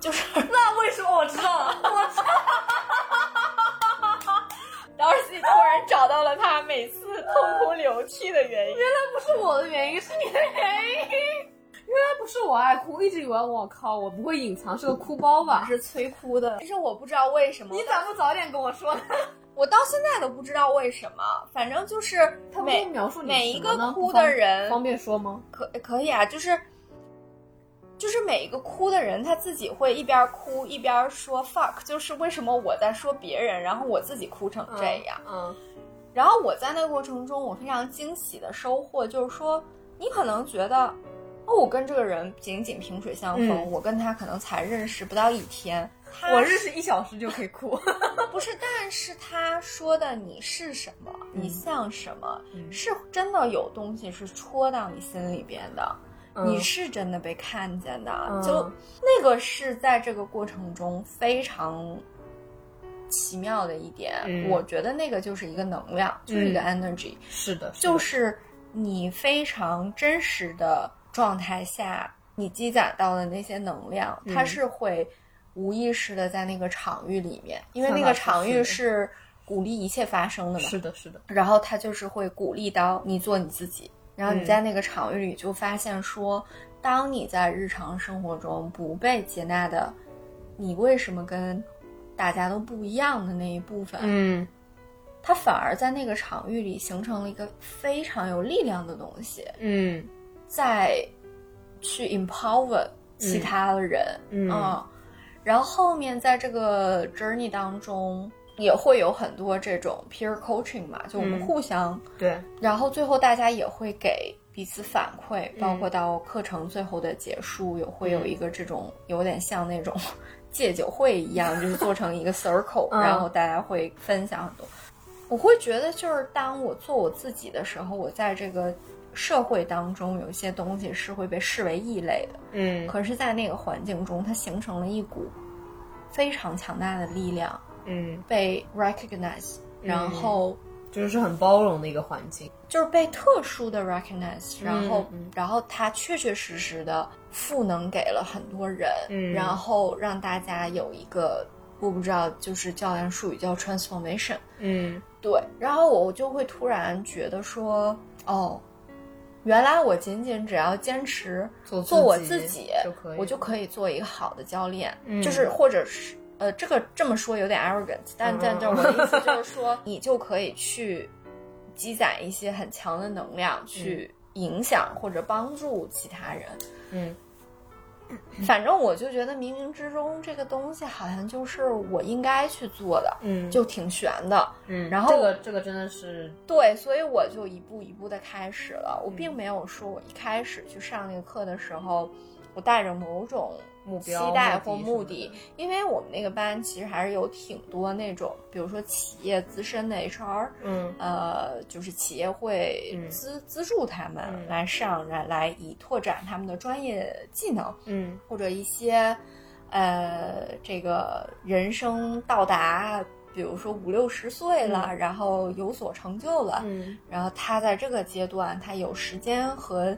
S2: 就是
S3: 那为什么我知道了？我操，
S2: 当时 突然找到了他每次痛哭流涕的原 因。
S3: 不是我的原因，是你的原因。原来不是我爱哭，一直以为我靠，我不会隐藏是个哭包吧？
S2: 是催哭的，其实我不知道为什么，
S3: 你咋不早点跟我说呢？
S2: 我到现在都不知道为什么，反正就是
S3: 他不
S2: 每
S3: 会描述你
S2: 每
S3: 什
S2: 一
S3: 么呢
S2: 个哭
S3: 不方
S2: 的人
S3: 方便说吗？
S2: 可可以啊，就是就是每一个哭的人他自己会一边哭一边说 fuck，就是为什么我在说别人，然后我自己哭成这样。
S3: 嗯，
S2: 然后我在那个过程中，我非常惊喜的收获就是说，你可能觉得。哦，我跟这个人仅仅萍水相逢，
S3: 嗯
S2: 我跟他可能才认识不到一天。他
S3: 我认识一小时就可以哭。
S2: 不是，但是他说的你是什么，
S3: 嗯
S2: 你像什么，
S3: 嗯
S2: 是真的有东西是戳到你心里边的，你是真的被看见的，
S3: 嗯
S2: 就那个是在这个过程中非常。奇妙的一点，
S3: 嗯
S2: 我觉得那个就是一个能量，就是一个 energy，、
S3: 是的，
S2: 就是是你非常真实的状态下，你积攒到的那些能量，
S3: 嗯
S2: 它是会无意识的在那个场域里面，因为
S3: 那
S2: 那
S3: 倒
S2: 个
S3: 是
S2: 场
S3: 是
S2: 域
S3: 的
S2: 是鼓励一切发生的
S3: 的
S2: 嘛，
S3: 是的，是的，
S2: 然后它就是会鼓励到你做你自己，然后你
S3: 嗯
S2: 在那个场域里就发现说，当你在日常生活中不被接纳的，你为什么跟大家都不一样的那一部分，
S3: 嗯
S2: 它反而在那个场域里形成了一个非常有力量的东西，
S3: 嗯
S2: 再去 empower 其他的人，
S3: 嗯
S2: 然后后面在这个 journey 当中，也会有很多这种 peer coaching 嘛，就我们
S3: 嗯
S2: 互相，
S3: 对，
S2: 然后最后大家也会给彼此反馈，
S3: 嗯
S2: 包括到课程最后的结束，也会有一个这种有点像那种 戒酒会一样，就是做成一个 circle，、
S3: 嗯
S2: 然后大家会分享很多。我会觉得，就是当我做我自己的时候，我在这个社会当中有一些东西是会被视为异类的，
S3: 嗯
S2: 可是，在那个环境中，它形成了一股非常强大的力量，
S3: 嗯，
S2: 被 recognize，然
S3: 嗯
S2: 后、
S3: 就是很包容的一个环境。
S2: 就是被特殊的 recognize，然后、
S3: 嗯
S2: 然后它确确实实的赋能给了很多人，
S3: 嗯
S2: 然后让大家有一个我不知道，就是教练术语叫 transformation，
S3: 嗯
S2: 对，然后我就会突然觉得说，哦，原来我仅仅只要坚持
S3: 做自己
S2: 我自己
S3: 就可以
S2: 我就可以做一个好的教练，
S3: 嗯
S2: 就是或者是。呃，这个这么说有点 arrogant，但但但我的意思就是说，你就可以去积攒一些很强的能量，去影响或者帮助其他人。
S3: 嗯
S2: 反正我就觉得冥冥之中这个东西好像就是我应该去做的，
S3: 嗯
S2: 就挺悬的。
S3: 嗯，
S2: 然后
S3: 这个这个真的是
S2: 对，所以我就一步一步的开始了。我并没有说我一开始去上那个课的时候，我带着某种
S3: 目
S2: 期
S3: 标
S2: 待
S3: 目的
S2: 或目
S3: 什
S2: 的
S3: 么，
S2: 因为我们那个班其实还是有挺多那种，比如说企业资深的 HR，
S3: 嗯
S2: 呃，就是企业会
S3: 嗯
S2: 资、资助他们
S3: 嗯
S2: 来上，来来以拓展他们的专业技能。
S3: 嗯
S2: 或者一些呃这个人生到达，比如说五六十岁了，然后有所成就了，
S3: 嗯
S2: 然后他在这个阶段，他有时间和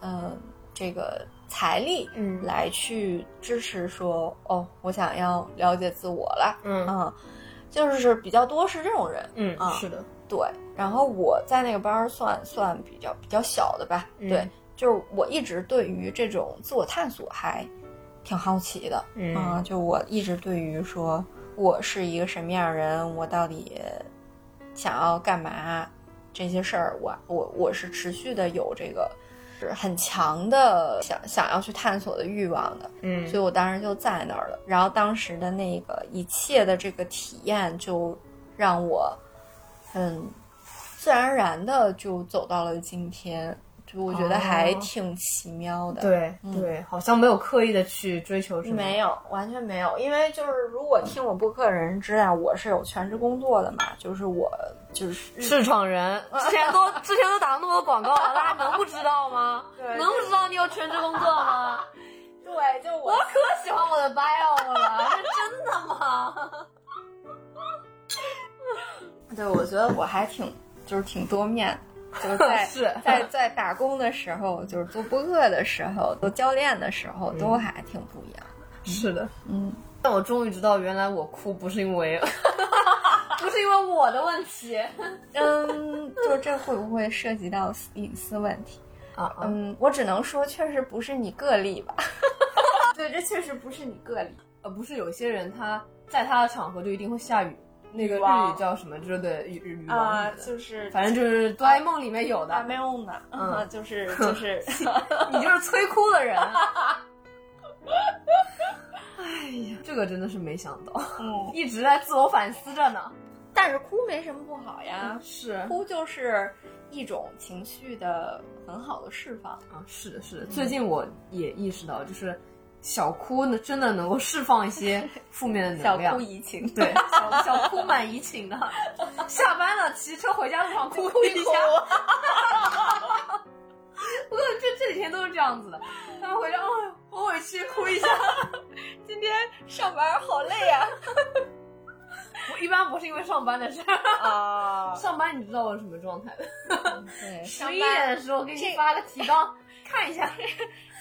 S2: 呃这个财力
S3: 嗯
S2: 来去支持说，哦，我想要了解自我了，
S3: 嗯
S2: 嗯，就是比较多是这种人，
S3: 嗯
S2: 啊
S3: 是的，
S2: 对，然后我在那个班儿算算比较比较小的吧，
S3: 嗯
S2: 对，就是我一直对于这种自我探索还挺好奇的，
S3: 嗯
S2: 啊就我一直对于说我是一个什么样的人，我到底想要干嘛这些事儿，我我我是持续的有这个是很强的想想要去探索的欲望的，
S3: 嗯
S2: 所以我当时就在那儿了。然后当时的那个一切的这个体验，就让我，嗯，自然而然的就走到了今天，就我觉得还
S3: 哦
S2: 挺奇妙的。
S3: 对对，好像没有刻意的去追求什
S2: 嗯
S3: 么，
S2: 没有，完全没有，因为就是如果听我播客的人知道我是有全职工作的嘛，就是我就是
S3: 市 场人，之前都之前都打了那么多广告了，大家能不知道吗？
S2: 对
S3: 能不知道你有全职工作吗？
S2: 对，就我
S3: 我可喜欢我的 bio 了，是真的吗？
S2: 对，我觉得我还挺就是挺多 面的。就是在
S3: 是
S2: 在在打工的时候，就是做播客的时候，做教练的时
S3: 嗯
S2: 候，都还挺不一样。
S3: 是的，
S2: 嗯，
S3: 但我终于知道，原来我哭不是因为， 不是因为我的问题
S2: 嗯，就这会不会涉及到隐私问题？
S3: 啊，嗯
S2: 嗯，我只能说，确实不是你个例吧。 对，这确实不是你个例。
S3: 呃，不是有些人他在他的场合就一定会下雨，那个
S2: 雨
S3: 日
S2: 王
S3: 语叫什么？就是对雨雨王
S2: 啊，
S3: 什么的
S2: 就是
S3: 反正就是哆啦 A 梦里面有
S2: 啊，
S3: 的，
S2: 没用的，
S3: 嗯
S2: 就是 就是，
S3: 你就是摧枯的人。哎呀，这个真的是没想到，
S2: 嗯，
S3: 一直在自我反思着 呢。
S2: 但是哭没什么不好呀，
S3: 是啊，
S2: 哭就是一种情绪的很好的释放。
S3: 是的，
S2: 嗯
S3: 是的。最近我也意识到，就是小哭呢，真的能够释放一些负面的
S2: 小
S3: 能量。
S2: 哭怡情，
S3: 对，小小哭蛮怡 情的。下班了，骑车回家路上哭
S2: 哭
S3: 一下。我感觉这这几天都是这样子的，他们回家，哎呦，好委屈，哭一下。
S2: 今天上班好累啊呀、
S3: 我 一般不是因为上班的事儿，
S2: 啊！
S3: 上班你知道我是什么状态的？
S2: 对，
S3: 十
S2: 上
S3: 一点
S2: 班
S3: 的时候给
S2: 这
S3: 你发个提纲， 看一下。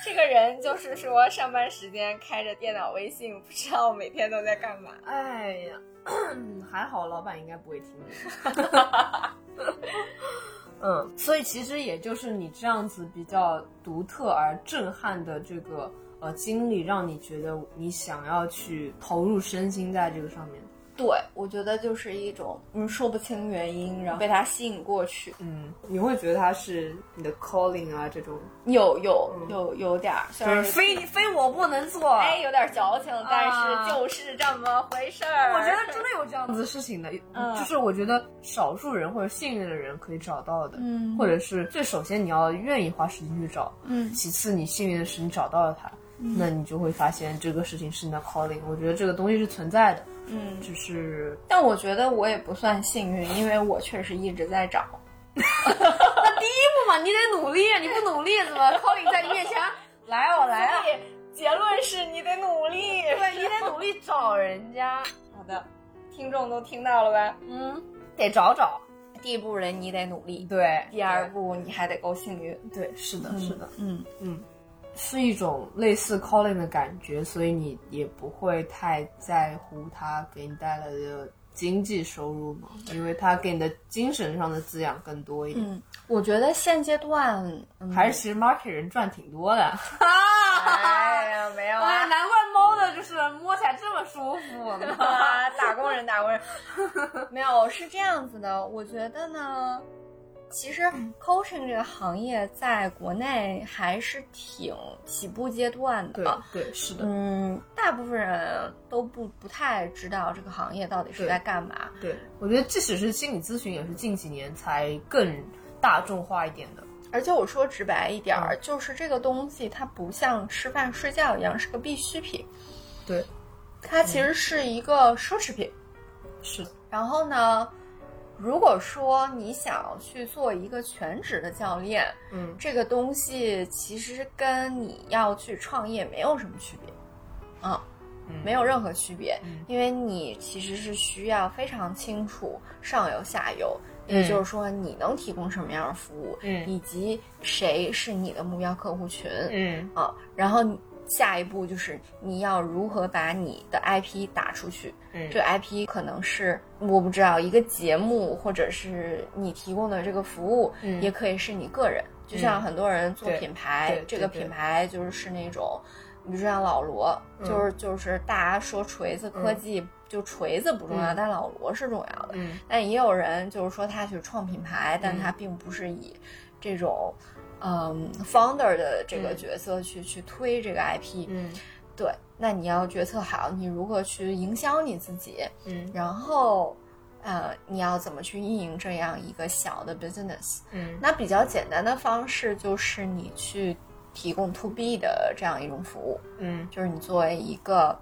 S2: 这个人就是说，上班时间开着电脑微信，不知道每天都在干嘛。
S3: 哎呀， 还好老板应该不会听你。 嗯，所以其实也就是你这样子比较独特而震撼的这个呃经历，让你觉得你想要去投入身心在这个上面。
S2: 对，我觉得就是一种嗯说不清原因，然后被他吸引过去，
S3: 嗯，你会觉得他是你的 calling 啊这种，
S2: 有有有有点儿，虽
S3: 就是
S2: 然
S3: 非你非我不能做。
S2: 哎有点矫情，但
S3: 啊
S2: 是就是这么回事儿。
S3: 我觉得真的有这样子的事情的，
S2: 嗯
S3: 就是我觉得少数人或者幸运的人可以找到的，
S2: 嗯
S3: 或者是最首先你要愿意花时间去找，
S2: 嗯
S3: 其次你幸运的是你找到了他，那你就会发现这个事情是你的 calling。我觉得这个东西是存在的，
S2: 嗯，
S3: 只是
S2: 但我觉得我也不算幸运，因为我确实一直在找。
S3: 不嘛，你得努力啊，你不努力怎 么 calling 在你面前？来我来啊，
S2: 结论是你得努力。
S3: 对你得努力找人家，
S2: 好的，听众都听到了吧？
S3: 嗯，得找找，
S2: 第一步人你得努力，
S3: 对，
S2: 第二步你还得够幸运。
S3: 对，是的，是的。
S2: 嗯
S3: 是一种类似 calling 的感觉，所以你也不会太在乎它给你带来的经济收入嘛，因为它给你的精神上的滋养更多一点。
S2: 嗯，我觉得现阶段、嗯、
S3: 还是其实 market 人赚挺多 的，
S2: 啊哎呀没有
S3: 哎，
S2: 啊。
S3: 难怪猫的就是摸起来这么舒服呢。
S2: 啊， 打工人，打工人， 没有是这样子的。我觉得呢，其实 coaching 这个行业在国内还是挺起步阶段的。 啊
S3: 对对，是的，
S2: 嗯，大部分人都不不太知道这个行业到底是
S3: 对
S2: 在干嘛。
S3: 对，我觉得即使是心理咨询，也是近几年才更大众化一点的。
S2: 而且我说直白一点儿，
S3: 嗯
S2: 就是这个东西它不像吃饭睡觉一样是个必需品，
S3: 对，
S2: 它
S3: 嗯
S2: 其实是一个奢侈品。
S3: 是的，
S2: 然后呢，如果说你想去做一个全职的教练，
S3: 嗯，
S2: 这个东西其实跟你要去创业没有什么区别。啊，
S3: 嗯
S2: 没有任何区别，
S3: 嗯
S2: 因为你其实是需要非常清楚上游下游，
S3: 嗯
S2: 也就是说你能提供什么样的服务，
S3: 嗯
S2: 以及谁是你的目标客户群，
S3: 嗯
S2: 啊，然后你下一步就是你要如何把你的 IP 打出去，
S3: 嗯
S2: 这个 IP 可能是我不知道一个节目，或者是你提供的这个服务，
S3: 嗯
S2: 也可以是你个人。就像很多人做
S3: 对
S2: 品牌
S3: 对，
S2: 这
S3: 对
S2: 个
S3: 对
S2: 品牌就是是那种，你就像老罗，
S3: 嗯
S2: 就是就是大家说锤子科技，就锤子不重要，
S3: 嗯
S2: 但老罗是重要的。
S3: 嗯
S2: 但也有人就是说他去创品牌，但他并不是以这种嗯 founder 的这个
S3: 嗯
S2: 角色去、去推这个 IP。
S3: 嗯
S2: 对，那你要决策好你如何去营销你自己，
S3: 嗯
S2: 然后呃你要怎么去运营这样一个小的 business。
S3: 嗯
S2: 那比较简单的方式就是你去提供 to B 的这样一种服务，
S3: 嗯
S2: 就是你作为一个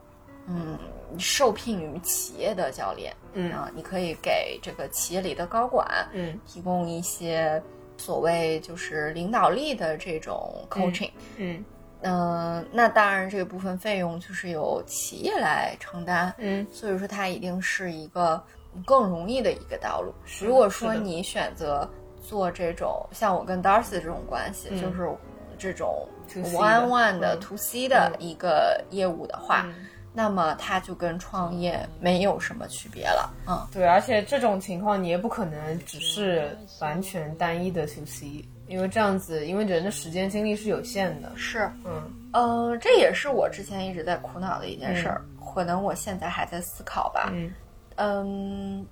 S2: 嗯受聘于企业的教练。
S3: 嗯
S2: 啊，你可以给这个企业里的高管
S3: 嗯
S2: 提供一些所谓就是领导力的这种 coaching。
S3: 嗯
S2: 嗯、那当然这部分费用就是由企业来承担，
S3: 嗯，
S2: 所以说它一定是一个更容易的一个道路。
S3: 是的
S2: 如果说
S3: 是的
S2: 你选择做这种像我跟 Darcy 这种关系，
S3: 嗯
S2: 就是这种
S3: To C 的
S2: one one 的
S3: 嗯
S2: to C 的
S3: 嗯
S2: 一个业务的话，
S3: 嗯
S2: 那么它就跟创业没有什么区别了。嗯。
S3: 对，而且这种情况你也不可能只是完全单一的 to C，因为这样子，因为人的时间精力是有限的。
S2: 是，
S3: 嗯
S2: 呃，这也是我之前一直在苦恼的一件事儿，可能我现在还在思考吧。
S3: 嗯
S2: 嗯，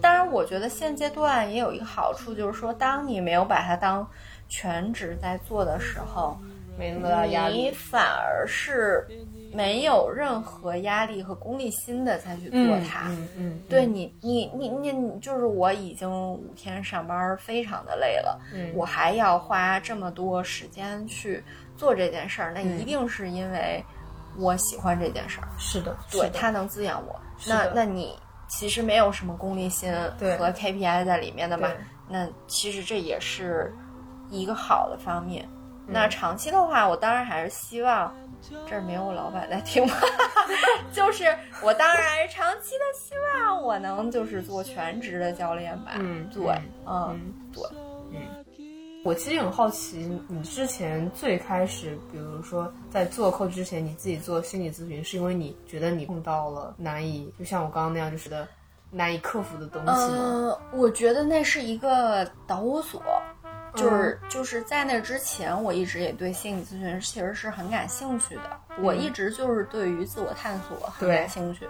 S2: 当然，我觉得现阶段也有一个好处，就是说，当你没有把它当全职在做的时候，
S3: 嗯没那么大压
S2: 你
S3: 力。
S2: 反而是没有任何压力和功利心的再去做它。
S3: 嗯嗯，
S2: 对你，你你你你，就是我已经五天上班非常的累了，
S3: 嗯
S2: 我还要花这么多时间去做这件事儿，那
S3: 嗯
S2: 一定是因为我喜欢这件事儿，
S3: 是的，
S2: 对
S3: 是的
S2: 它能滋养我。
S3: 是
S2: 那
S3: 的
S2: 那你其实没有什么功利心
S3: 对
S2: 和 KPI 在里面的嘛
S3: 对？
S2: 那其实这也是一个好的方面。
S3: 嗯
S2: 那长期的话，我当然还是希望，这儿没有老板在听吗？ 就是我当然还是长期的希望我能就是做全职的教练吧。
S3: 嗯
S2: 对，嗯，对，
S3: 我其实很好奇，你之前最开始，比如说在做扣之前，你自己做心理咨询，是因为你觉得你碰到了难以，就像我刚刚那样，就是的难以克服的东西吗？
S2: 嗯、我觉得那是一个导火索，就是、就是在那之前，我一直也对心理咨询嗯其实是很感兴趣的，我一直就是对于自我探索很
S3: 对
S2: 感兴趣。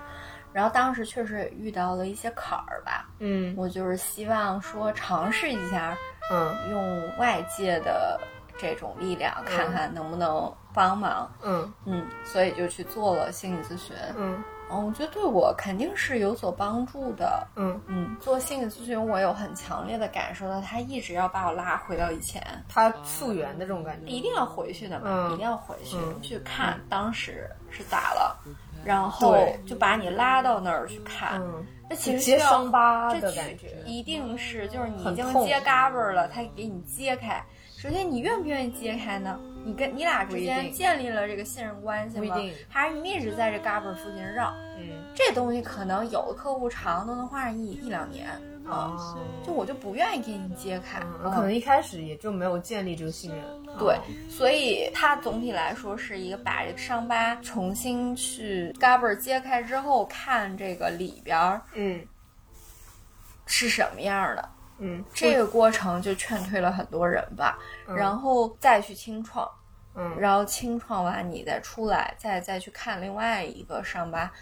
S2: 然后当时确实也遇到了一些坎儿吧，
S3: 嗯
S2: 我就是希望说尝试一下
S3: 嗯
S2: 用外界的这种力量，看看能不能帮忙。
S3: 嗯
S2: 嗯，所以就去做了心理咨询。
S3: 嗯
S2: 嗯，我觉得对我肯定是有所帮助的。
S3: 嗯，
S2: 嗯，做心理咨询，我有很强烈的感受到，他一直要把我拉回到以前，
S3: 它溯源的这种感觉，
S2: 一定要回去的嘛，
S3: 嗯
S2: 一定要回去、
S3: 嗯
S2: 去看当时是咋了，然后
S3: 对
S2: 就把你拉到那儿去看。
S3: 嗯，
S2: 那其实
S3: 接
S2: 需要
S3: 伤疤
S2: 这
S3: 的
S2: 取
S3: 感觉嗯
S2: 一定是就是你已
S3: 很
S2: 经
S3: 痛
S2: 揭嘎巴了，他给你揭开。首先，你愿不愿意揭开呢？你跟你俩
S3: 不
S2: 之
S3: 一
S2: 间
S3: 定
S2: 建立了这个信任关系
S3: 不一
S2: 吗
S3: 定？
S2: 还是你们一直在这嘎巴儿附近绕？
S3: 嗯
S2: 这东西可能有的客户长都能画上一一两年啊、
S3: 啊，
S2: 就我就不愿意给你揭开，
S3: 嗯，
S2: 嗯
S3: 可能一开始也就没有建立这个信任，
S2: 对
S3: 啊，
S2: 所以它总体来说是一个把这个伤疤重新去嘎嘣儿揭开之后，看这个里边儿
S3: 嗯
S2: 是什么样儿的。
S3: 嗯
S2: 这个过程就劝退了很多人吧，
S3: 嗯
S2: 然后再去清创，
S3: 嗯
S2: 然后清创完你再出来，再再去看另外一个伤疤，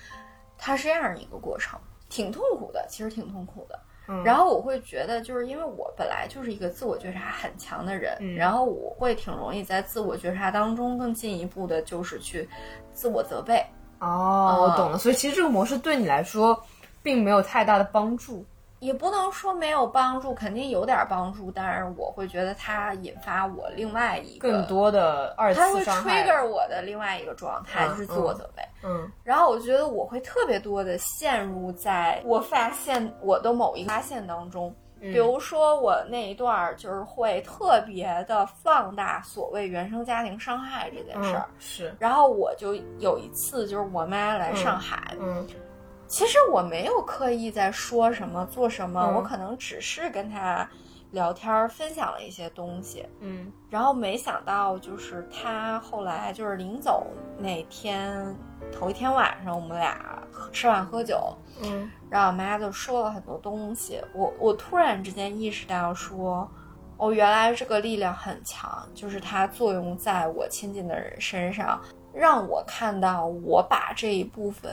S2: 它是这样一个过程，挺痛苦的，其实挺痛苦的。
S3: 嗯，
S2: 然后我会觉得，就是因为我本来就是一个自我觉察很强的人，
S3: 嗯
S2: 然后我会挺容易在自我觉察当中更进一步的，就是去自我责备。
S3: 哦，
S2: 啊
S3: 我懂了，所以其实这个模式对你来说并没有太大的帮助，
S2: 也不能说没有帮助，肯定有点帮助，但是我会觉得它引发我另外一个
S3: 更，多的二
S2: 它会
S3: 次伤害，
S2: trigger 我的另外一个状态，
S3: 嗯
S2: 就是自我责备。
S3: 嗯
S2: 然后我觉得我会特别多的陷入在我发现我的某一个发现当中，
S3: 嗯
S2: 比如说我那一段儿就是会特别的放大所谓原生家庭伤害这件事儿。
S3: 嗯是，
S2: 然后我就有一次，就是我妈来上海，
S3: 嗯
S2: 其实我没有刻意在说什么做什么，
S3: 嗯
S2: 我可能只是跟她聊天儿，分享了一些东西。
S3: 嗯
S2: 然后没想到，就是他后来就是临走那天头一天晚上，我们俩喝吃饭喝酒，
S3: 嗯
S2: 然后我妈就说了很多东西。我我突然之间意识到说，哦，原来这个力量很强，就是它作用在我亲近的人身上，让我看到我把这一部分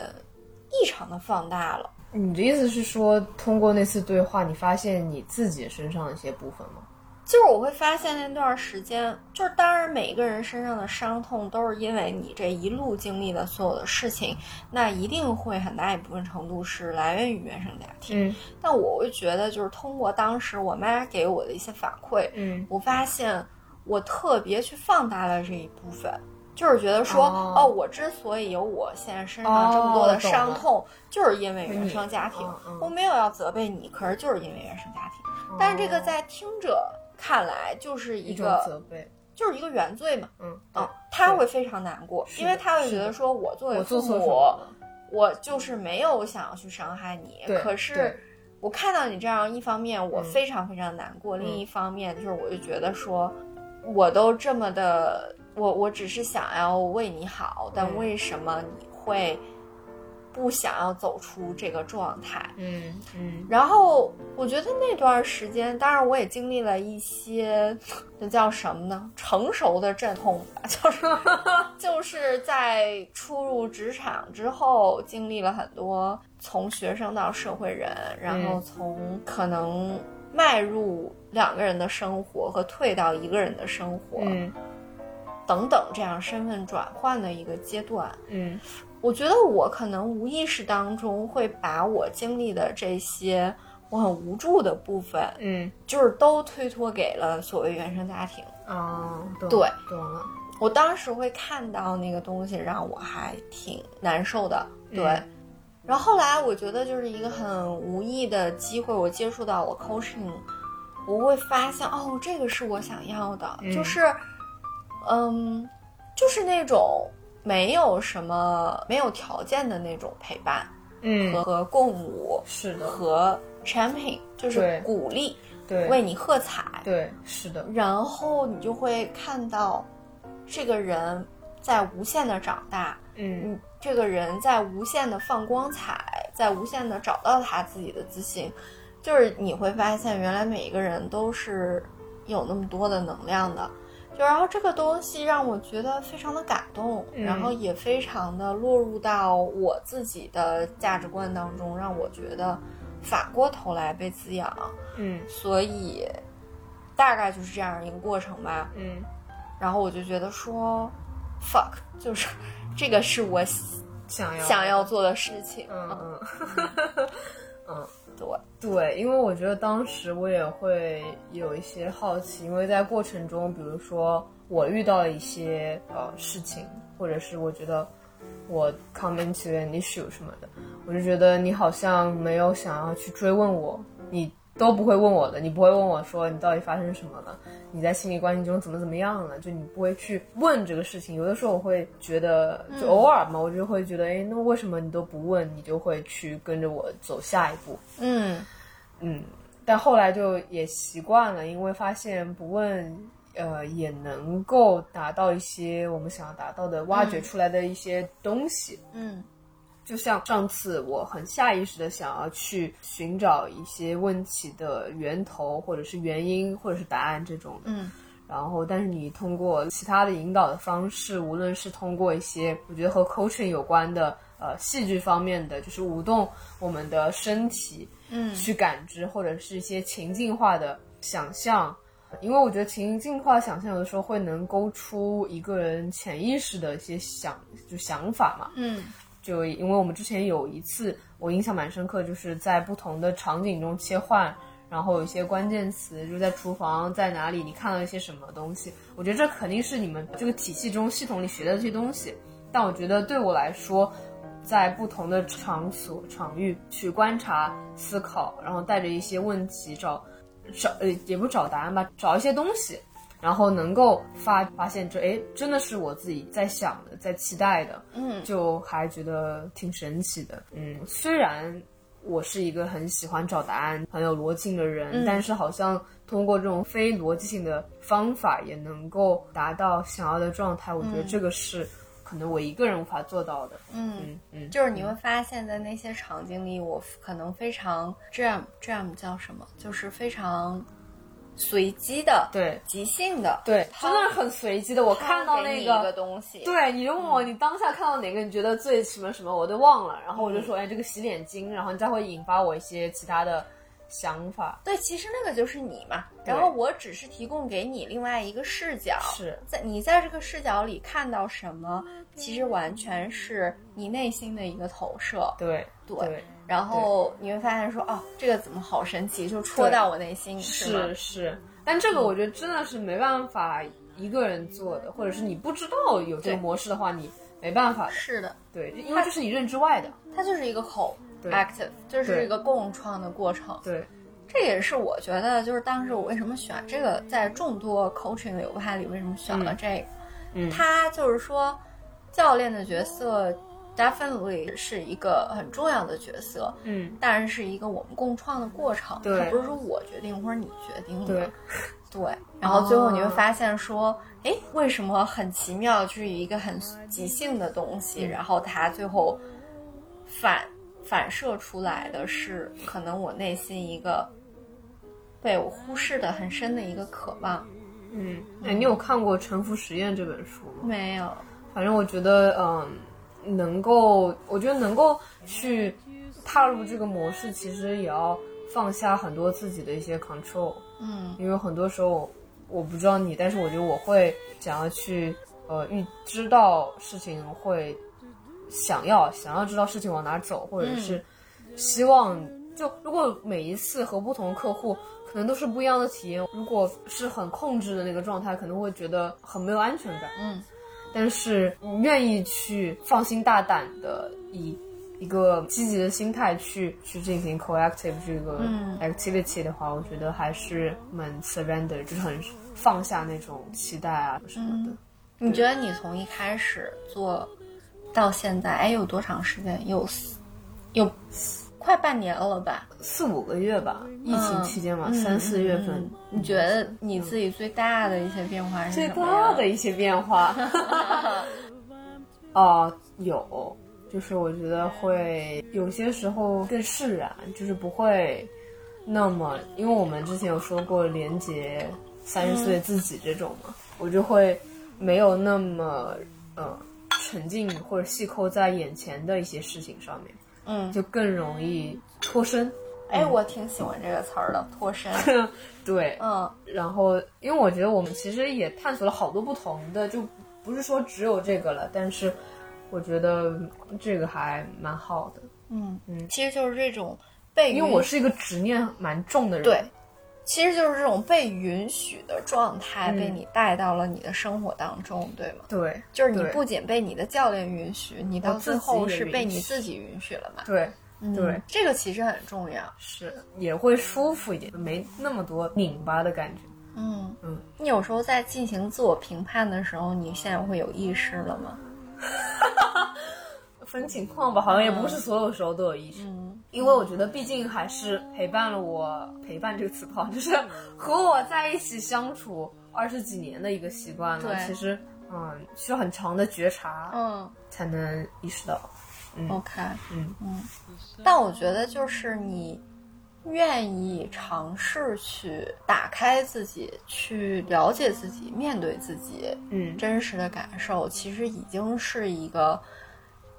S2: 异常的放大了。
S3: 你的意思是说，通过那次对话，你发现你自己身上的一些部分吗？
S2: 就是我会发现那段时间，就是当然每一个人身上的伤痛都是因为你这一路经历的所有的事情，那一定会很大一部分程度是来源于原生家庭。
S3: 嗯
S2: 但我会觉得，就是通过当时我妈给我的一些反馈，
S3: 嗯
S2: 我发现我特别去放大了这一部分，就是觉得说，
S3: 哦
S2: 哦，我之所以有我现在身上这么多的
S3: 哦懂
S2: 伤
S3: 了
S2: 痛，就是因为原生家庭。
S3: 嗯嗯
S2: 我没有要责备你，可是就是因为原生家庭。但是这个在听者看来就是
S3: 哦一
S2: 一
S3: 种
S2: 个
S3: 责备，
S2: 就是一个原罪嘛，
S3: 嗯
S2: 啊，他
S3: 对
S2: 会非常难过，
S3: 是的
S2: 因为他会觉
S3: 是
S2: 得
S3: 的
S2: 说，我作为
S3: 我做
S2: 父
S3: 错什
S2: 母，
S3: 么了？
S2: 我就是没有想要去伤害你
S3: 对，
S2: 可
S3: 对
S2: 是我看到你这样，一方面我
S3: 嗯
S2: 非常非常难过，
S3: 嗯
S2: 另一方面就是我就觉得说，我都这么的，我我只是想要为你好，但
S3: 嗯
S2: 为什么你会不想要走出这个状态？
S3: 嗯嗯
S2: 然后我觉得那段时间，当然我也经历了一些，那叫什么呢？成熟的阵痛吧， 就是就是在初入职场之后，经历了很多从学生到社会人，然后从可能迈入两个人的生活和退到一个人的生活、
S3: 嗯
S2: 等等这样身份转换的一个阶段。
S3: 嗯
S2: 我觉得我可能无意识当中会把我经历的这些我很无助的部分，
S3: 嗯，
S2: 就是都推脱给了所谓原生家庭。
S3: 哦，懂
S2: 对
S3: 懂了，
S2: 我当时会看到那个东西，让我还挺难受的。对，
S3: 嗯
S2: 然后后来我觉得就是一个很无意的机会，我接触到了 coaching，我会发现哦，这个是我想要的，
S3: 嗯
S2: 就是，嗯，就是那种没有什么没有条件的那种陪伴。和
S3: 嗯，
S2: 和共舞
S3: 是的，
S2: 和 champion，就是
S3: 对
S2: 鼓励，为
S3: 对
S2: 你喝彩，
S3: 对是的，
S2: 然后你就会看到这个人在无限的长大，
S3: 嗯
S2: 嗯，这个人在无限的放光彩，在无限的找到他自己的自信，就是你会发现，原来每一个人都是有那么多的能量的。就然后这个东西让我觉得非常的感动，
S3: 嗯
S2: 然后也非常的落入到我自己的价值观当中，让我觉得反过头来被滋养，
S3: 嗯
S2: 所以大概就是这样一个过程吧。
S3: 嗯
S2: 然后我就觉得说，fuck，就是这个是我
S3: 想要
S2: 想要做的事情。
S3: 嗯嗯。
S2: 对，
S3: 对，因为我觉得当时我也会有一些好奇，因为在过程中，比如说我遇到一些呃事情，或者是我觉得我 come into an issue 什么的，我就觉得你好像没有想要去追问我，你都不会问我的，你不会问我说你到底发生什么了，你在亲密关系中怎么怎么样了，就你不会去问这个事情。有的时候我会觉得，就偶尔嘛，我就会觉得，哎，那为什么你都不问，你就会去跟着我走下一步？
S2: 嗯
S3: 嗯，但后来就也习惯了，因为发现不问，呃，也能够达到一些我们想要达到的，挖掘出来的一些东西。
S2: 嗯
S3: 就像上次，我很下意识的想要去寻找一些问题的源头，或者是原因，或者是答案这种的。
S2: 嗯
S3: 然后，但是你通过其他的引导的方式，无论是通过一些我觉得和 coaching 有关的，呃，戏剧方面的，就是舞动我们的身体，
S2: 嗯
S3: 去感知，或者是一些情境化的想象。因为我觉得情境化想象有的时候会能勾出一个人潜意识的一些想就想法嘛，
S2: 嗯
S3: 就因为我们之前有一次我印象蛮深刻，就是在不同的场景中切换，然后有一些关键词，就是在厨房在哪里，你看到一些什么东西。我觉得这肯定是你们这个体系中系统里学的这些东西，但我觉得对我来说，在不同的场所场域去观察、思考，然后带着一些问题找找呃也不是找答案吧，找一些东西。然后能够发发现这，哎，真的是我自己在想的，在期待的，
S2: 嗯
S3: 就还觉得挺神奇的。嗯，虽然我是一个很喜欢找答案、很有逻辑性的人，
S2: 嗯
S3: 但是好像通过这种非逻辑性的方法，也能够达到想要的状态。我觉得这个是可能我一个人无法做到的。
S2: 嗯，
S3: 嗯嗯，
S2: 就是你会发现在那些场景里，我可能非常这样这样叫什么，就是非常随机的、
S3: 对
S2: 即兴的，
S3: 对，
S2: 他
S3: 真的很随机的。我看到
S2: 他给你
S3: 那
S2: 一
S3: 个
S2: 个东西，
S3: 对，你就问我你当下看到哪个你觉得最什么什么，我都忘了，然后我就
S2: 嗯
S3: 说，哎，这个洗脸巾，然后你再会引发我一些其他的想法。
S2: 对，其实那个就是你嘛。
S3: 对
S2: 然后我只是提供给你另外一个视角，
S3: 是
S2: 在你在这个视角里看到什么，其实完全是你内心的一个投射。
S3: 对
S2: 对
S3: 对，
S2: 然后你会发现说，哦，这个怎么好神奇，就戳
S3: 对
S2: 到我内心，吗？
S3: 是是，嗯但这个我觉得真的是没办法一个人做的，或者是你不知道有这
S2: 对
S3: 个模式的话，你没办法的。
S2: 是的，
S3: 对，因为这是你认知外的。
S2: 它就是一个 co
S3: 对
S2: active，就是
S3: 对
S2: 一个共创的过程。
S3: 对，
S2: 这也是我觉得，就是当时我为什么选这个，在众多 coaching 流派里为什么选了这个。
S3: 嗯
S2: 他就是说，教练的角色 definitely 是一个很重要的角色，
S3: 嗯，
S2: 但是是一个我们共创的过程，
S3: 对
S2: 它不是说我决定或者你决定的。
S3: 对
S2: 对，哦然后最后你会发现说，哎、为什么很奇妙，就是一个很即兴的东西，然后它最后反反射出来的是可能我内心一个被我忽视的很深的一个渴望。
S3: 嗯，哎，你有看过《沉浮实验》这本书吗？
S2: 没有，
S3: 反正我觉得，嗯，能够，我觉得能够去踏入这个模式，其实也要放下很多自己的一些 control，
S2: 嗯
S3: 因为很多时候我不知道你，但是我觉得我会想要去，呃，预知道事情会想要想要知道事情往哪走，或者是希望。就如果每一次和不同客户可能都是不一样的体验，如果是很控制的那个状态，可能会觉得很没有安全感。
S2: 嗯
S3: 但是你愿意去放心大胆的以一个积极的心态去去进行 collective 这个
S2: 嗯
S3: activity 的话，我觉得还是蛮 surrender，就是很放下那种期待啊什么
S2: 嗯
S3: 的。
S2: 你觉得你从一开始做到现在，哎，有多长时间？有四有快半年了吧？
S3: 四五个月吧，疫情期间嘛，
S2: 嗯
S3: 三四月份。
S2: 嗯你觉得你自己最大的一些变化是
S3: 最
S2: 什么呀
S3: 大的一些变化，哦、有，就是我觉得会有些时候更释然，就是不会那么，因为我们之前有说过连接三十岁自己这种嘛，我就会没有那么呃沉浸或者细抠在眼前的一些事情上面，
S2: 嗯，
S3: 就更容易脱身。
S2: 哎，我挺喜欢这个词儿的，脱 身。
S3: 对，
S2: 嗯
S3: 然后因为我觉得我们其实也探索了好多不同的，就不是说只有这个了，但是我觉得这个还蛮好的，
S2: 嗯
S3: 嗯
S2: 其实就是这种被
S3: 因为
S2: 允
S3: 我是一个执念蛮重的人。
S2: 对，其实就是这种被允许的状态
S3: 嗯
S2: 被你带到了你的生活当中，对吗？
S3: 对
S2: 就是你
S3: 对
S2: 不仅被你的教练允许，你到
S3: 我自
S2: 最
S3: 己
S2: 后
S3: 也
S2: 是
S3: 允
S2: 被你
S3: 许
S2: 自己允许了嘛？
S3: 对
S2: 嗯
S3: 对，
S2: 这个其实很重要。
S3: 是也会舒服一点，没那么多拧巴的感觉。
S2: 嗯
S3: 嗯，
S2: 你有时候在进行自我评判的时候，你现在会有意识了吗？
S3: 分情况吧，好像也不是所有时候都有意识，
S2: 嗯
S3: 因为我觉得毕竟还是陪伴了我，陪伴这个词不好， 就是和我在一起相处二十几年的一个习惯了。
S2: 对
S3: 其实，嗯，需要很长的觉察，
S2: 嗯
S3: 才能意识到。
S2: ，OK，
S3: 嗯
S2: 嗯，但我觉得就是你愿意尝试去打开自己，去了解自己，面对自己
S3: 嗯，
S2: 真实的感受，其实已经是一个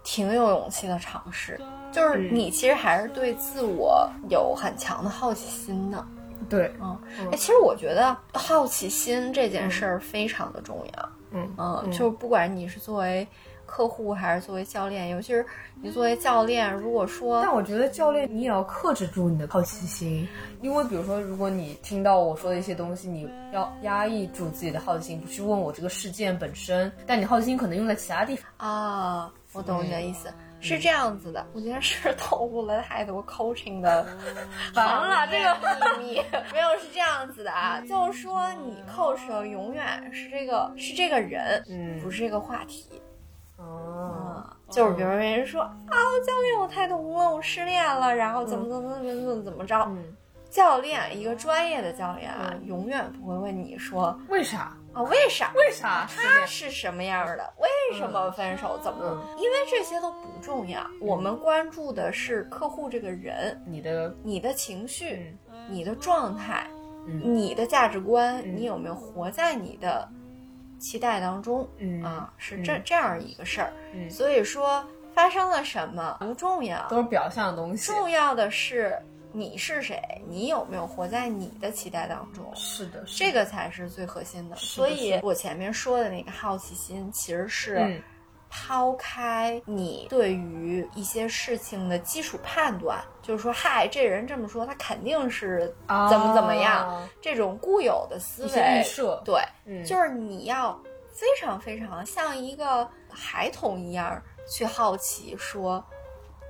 S2: 挺有勇气的尝试。就是
S3: 嗯
S2: 你其实还是对自我有很强的好奇心的。
S3: 对，
S2: 嗯，
S3: 嗯
S2: 哎，其实我觉得好奇心这件事儿非常的重要。
S3: 嗯
S2: 嗯，
S3: 嗯
S2: 就是不管你是作为客户还是作为教练，尤其是你作为教练，如果说
S3: 但我觉得教练你也要克制住你的好奇心，因为比如说，如果你听到我说的一些东西，你要压抑住自己的好奇心，不去问我这个事件本身，但你好奇心可能用在其他地方。
S2: 啊，我懂你的意
S3: 嗯
S2: 思。是这样子的，我今天是透露了太多 coaching 的
S3: 嗯 完了这
S2: 个秘密。没有，是这样子的啊，
S3: 嗯
S2: 就是说你 coach 的永远是这个是这个人，
S3: 嗯
S2: 不是这个话题。
S3: 哦，
S2: 啊，就是比如别人说啊，教练，我太懂了，我失恋了，然后怎么怎么怎么怎么怎么着。
S3: 嗯，
S2: 教练，一个专业的教练啊，
S3: 嗯
S2: 永远不会问你说
S3: 为啥？
S2: 啊，为啥？
S3: 为啥失
S2: 他
S3: 恋？
S2: 是什么样的？为什
S3: 嗯
S2: 么分手？怎么怎么？因为这些都不重要，我们关注的是客户这个人，
S3: 你的
S2: 你的情绪，你的状态，
S3: 嗯
S2: 你的价值观，
S3: 嗯
S2: 你有没有活在你的期待当中？
S3: 嗯
S2: 啊，是这
S3: 嗯
S2: 这样一个事儿。
S3: 嗯
S2: 所以说，发生了什么不重要，
S3: 都是表象的东西。
S2: 重要的是你是谁，你有没有活在你的期待当中。
S3: 是的，是
S2: 这
S3: 的
S2: 个才是最核心的，
S3: 是的
S2: 所以
S3: 是的
S2: 我前面说的那个好奇心，其实是
S3: 嗯
S2: 抛开你对于一些事情的基础判断，就是说，嗨，这人这么说，他肯定是
S3: 啊
S2: 怎么怎么样，这种固有的思
S3: 一些
S2: 维
S3: 预。设，
S2: 对，
S3: 嗯
S2: 就是你要非常非常像一个孩童一样去好奇，说，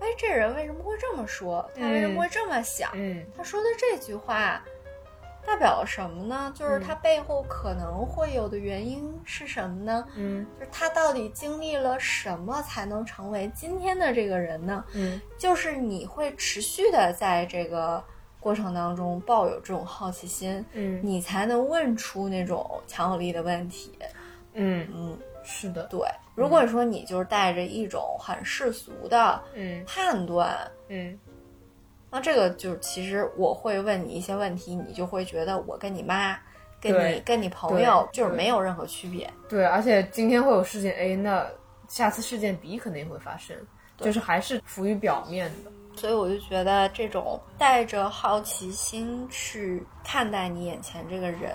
S2: 哎，这人为什么会这么说？他为什么会这么想？
S3: 嗯
S2: 他说的这句话代表了什么呢？就是他背后可能会有的原因是什么呢？
S3: 嗯
S2: 就是他到底经历了什么才能成为今天的这个人呢？
S3: 嗯
S2: 就是你会持续的在这个过程当中抱有这种好奇心，
S3: 嗯
S2: 你才能问出那种强有力的问题。
S3: 嗯，
S2: 嗯，
S3: 是的，
S2: 对。如果说你就是带着一种很世俗的
S3: 嗯
S2: 判断，
S3: 嗯
S2: 那这个就是，其实我会问你一些问题，你就会觉得我跟你妈、跟你
S3: 对
S2: 跟你朋友
S3: 对
S2: 就是没有任何区别。
S3: 对，而且今天会有事件 A，那下次事件 B 可能也会发生，就是还是浮于表面的。
S2: 所以我就觉得，这种带着好奇心去看待你眼前这个人，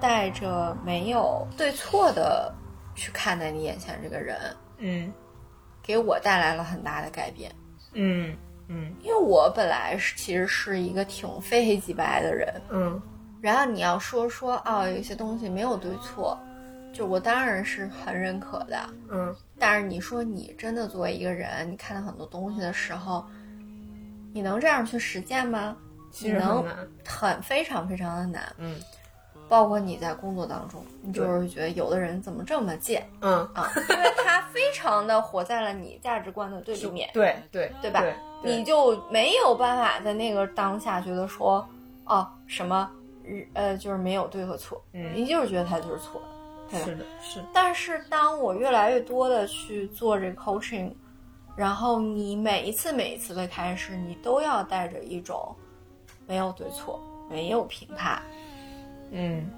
S2: 带着没有对错的去看待你眼前这个人，
S3: 嗯
S2: 给我带来了很大的改变。
S3: 嗯嗯
S2: 因为我本来是其实是一个挺非黑即白的人，
S3: 嗯
S2: 然后你要说说啊、有一些东西没有对错，就我当然是很认可的。
S3: 嗯
S2: 但是你说你真的作为一个人，你看到很多东西的时候，你能这样去实践吗？
S3: 其
S2: 你
S3: 实很
S2: 能
S3: 难。
S2: 很非常非常的难，
S3: 嗯
S2: 包括你在工作当中，你就
S3: 对
S2: 是觉得有的人怎么这么贱
S3: 嗯，
S2: 啊？因为他非常的活在了你价值观的对立面，
S3: 对对
S2: 对吧？你就没有办法在那个当下觉得说，哦，什么，呃，就是没有对和错，
S3: 嗯
S2: 你就是觉得他就是错的，对吧？
S3: 是的，是的
S2: 但是当我越来越多的去做这个 coaching，然后你每一次每一次的开始，你都要带着一种没有对错、没有评判，
S3: 嗯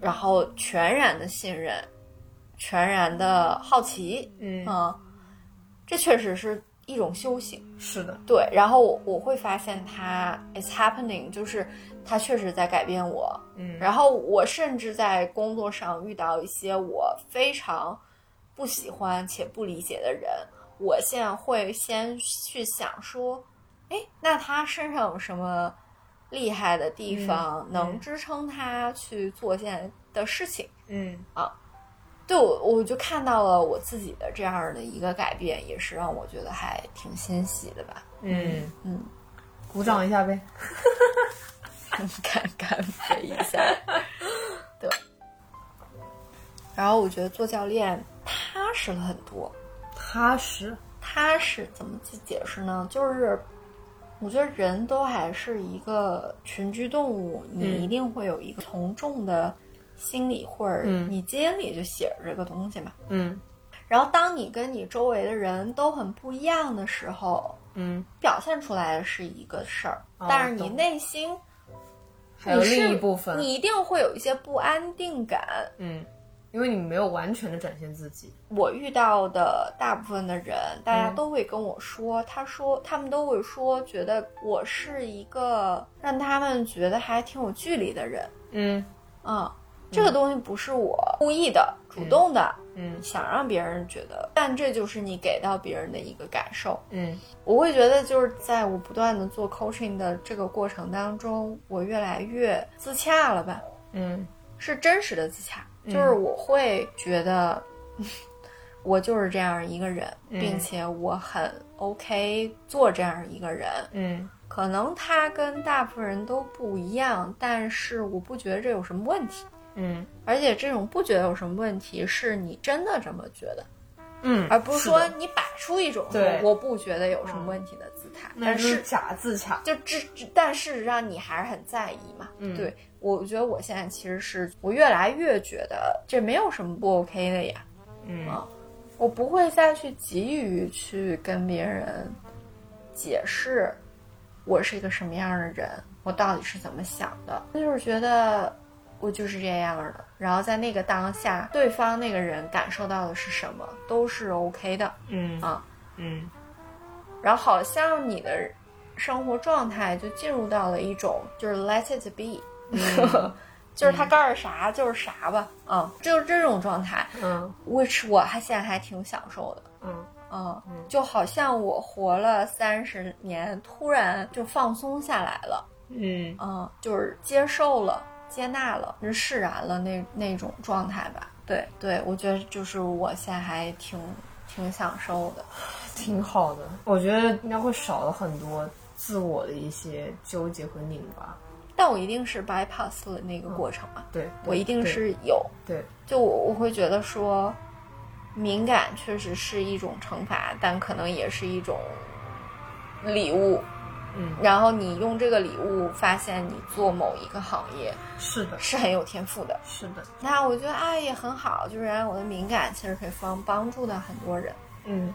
S2: 然后全然的信任，全然的好奇，
S3: 嗯
S2: 嗯，这确实是一种修行。
S3: 嗯是的，
S2: 对，然后我我会发现它 it's happening，就是它确实在改变我。
S3: 嗯
S2: 然后我甚至在工作上遇到一些我非常不喜欢且不理解的人，我现在会先去想说，哎，那他身上有什么厉害的地方，
S3: 嗯
S2: 能
S3: 嗯
S2: 支撑他去做现在的事情？
S3: 嗯
S2: 对我，我就看到了我自己的这样的一个改变，也是让我觉得还挺欣喜的吧。
S3: 嗯
S2: 嗯，
S3: 鼓掌一下呗。
S2: 敢干杯一下。 对，然后我觉得做教练踏实了很多。
S3: 踏实，
S2: 踏实怎么去解释呢？就是我觉得人都还是一个群居动物，
S3: 嗯
S2: 你一定会有一个从众的心理，或者
S3: 嗯
S2: 你基因里就写着这个东西嘛。
S3: 嗯
S2: 然后当你跟你周围的人都很不一样的时候，
S3: 嗯，
S2: 表现出来的是一个事儿，
S3: 哦
S2: 但是你
S3: 懂
S2: 内心
S3: 还有
S2: 你是
S3: 另一部分，
S2: 你一定会有一些不安定感。
S3: 嗯，因为你没有完全的展现自己，
S2: 我遇到的大部分的人，大
S3: 嗯
S2: 家都会跟我说，他说他们都会说，觉得我是一个让他们觉得还挺有距离的人
S3: 嗯
S2: 啊、这个东西不是我故意的、主动的，
S3: 嗯
S2: 想让别人觉得，但这就是你给到别人的一个感受。
S3: 嗯
S2: 我会觉得，就是在我不断的做 coaching 的这个过程当中，我越来越自洽了吧。
S3: 嗯
S2: 是真实的自洽，就是我会觉得我就是这样一个人，
S3: 嗯
S2: 并且我很 OK 做这样一个人。
S3: 嗯
S2: 可能他跟大部分人都不一样，但是我不觉得这有什么问题。
S3: 嗯
S2: 而且这种不觉得有什么问题，是你真的这么觉得，
S3: 嗯，
S2: 而不是说
S3: 的
S2: 你摆出一种说
S3: 对嗯
S2: 我不觉得有什么问题的姿态。
S3: 那
S2: 但
S3: 就是
S2: 是
S3: 假自洽，
S2: 就这，这但事实上你还是很在意嘛。
S3: 嗯
S2: 对我觉得我现在其实是我越来越觉得这没有什么不 OK 的呀，
S3: 嗯
S2: 啊我不会再去急于去跟别人解释我是一个什么样的人，我到底是怎么想的，就是觉得。我就是这样的，然后在那个当下，对方那个人感受到的是什么，都是 OK 的。
S3: 嗯
S2: 啊
S3: 嗯
S2: 然后好像你的生活状态就进入到了一种就是 let it be，、就是 他告诉啥就是啥吧，啊、就是这种状态
S3: 嗯
S2: ，which 我还现在还挺享受的。
S3: 嗯
S2: 嗯
S3: 嗯，
S2: 就好像我活了三十年，突然就放松下来了，
S3: 嗯
S2: 嗯，就是接受了、接纳了、就释然了那那种状态吧。对对，我觉得就是我现在还挺挺享受的。
S3: 挺好的，我觉得应该会少了很多自我的一些纠结和拧巴，
S2: 但我一定是 bypass 了那个过程嘛，
S3: 对
S2: 我一定
S3: 对
S2: 是有，
S3: 对，
S2: 就我我会觉得说，敏感确实是一种惩罚，但可能也是一种礼物。
S3: 嗯，
S2: 然后你用这个礼物发现你做某一个行业
S3: 是的，
S2: 是很有天赋的，
S3: 是的，
S2: 那我觉得啊也很好，就是让我的敏感其实可以帮帮助到很多人。
S3: 嗯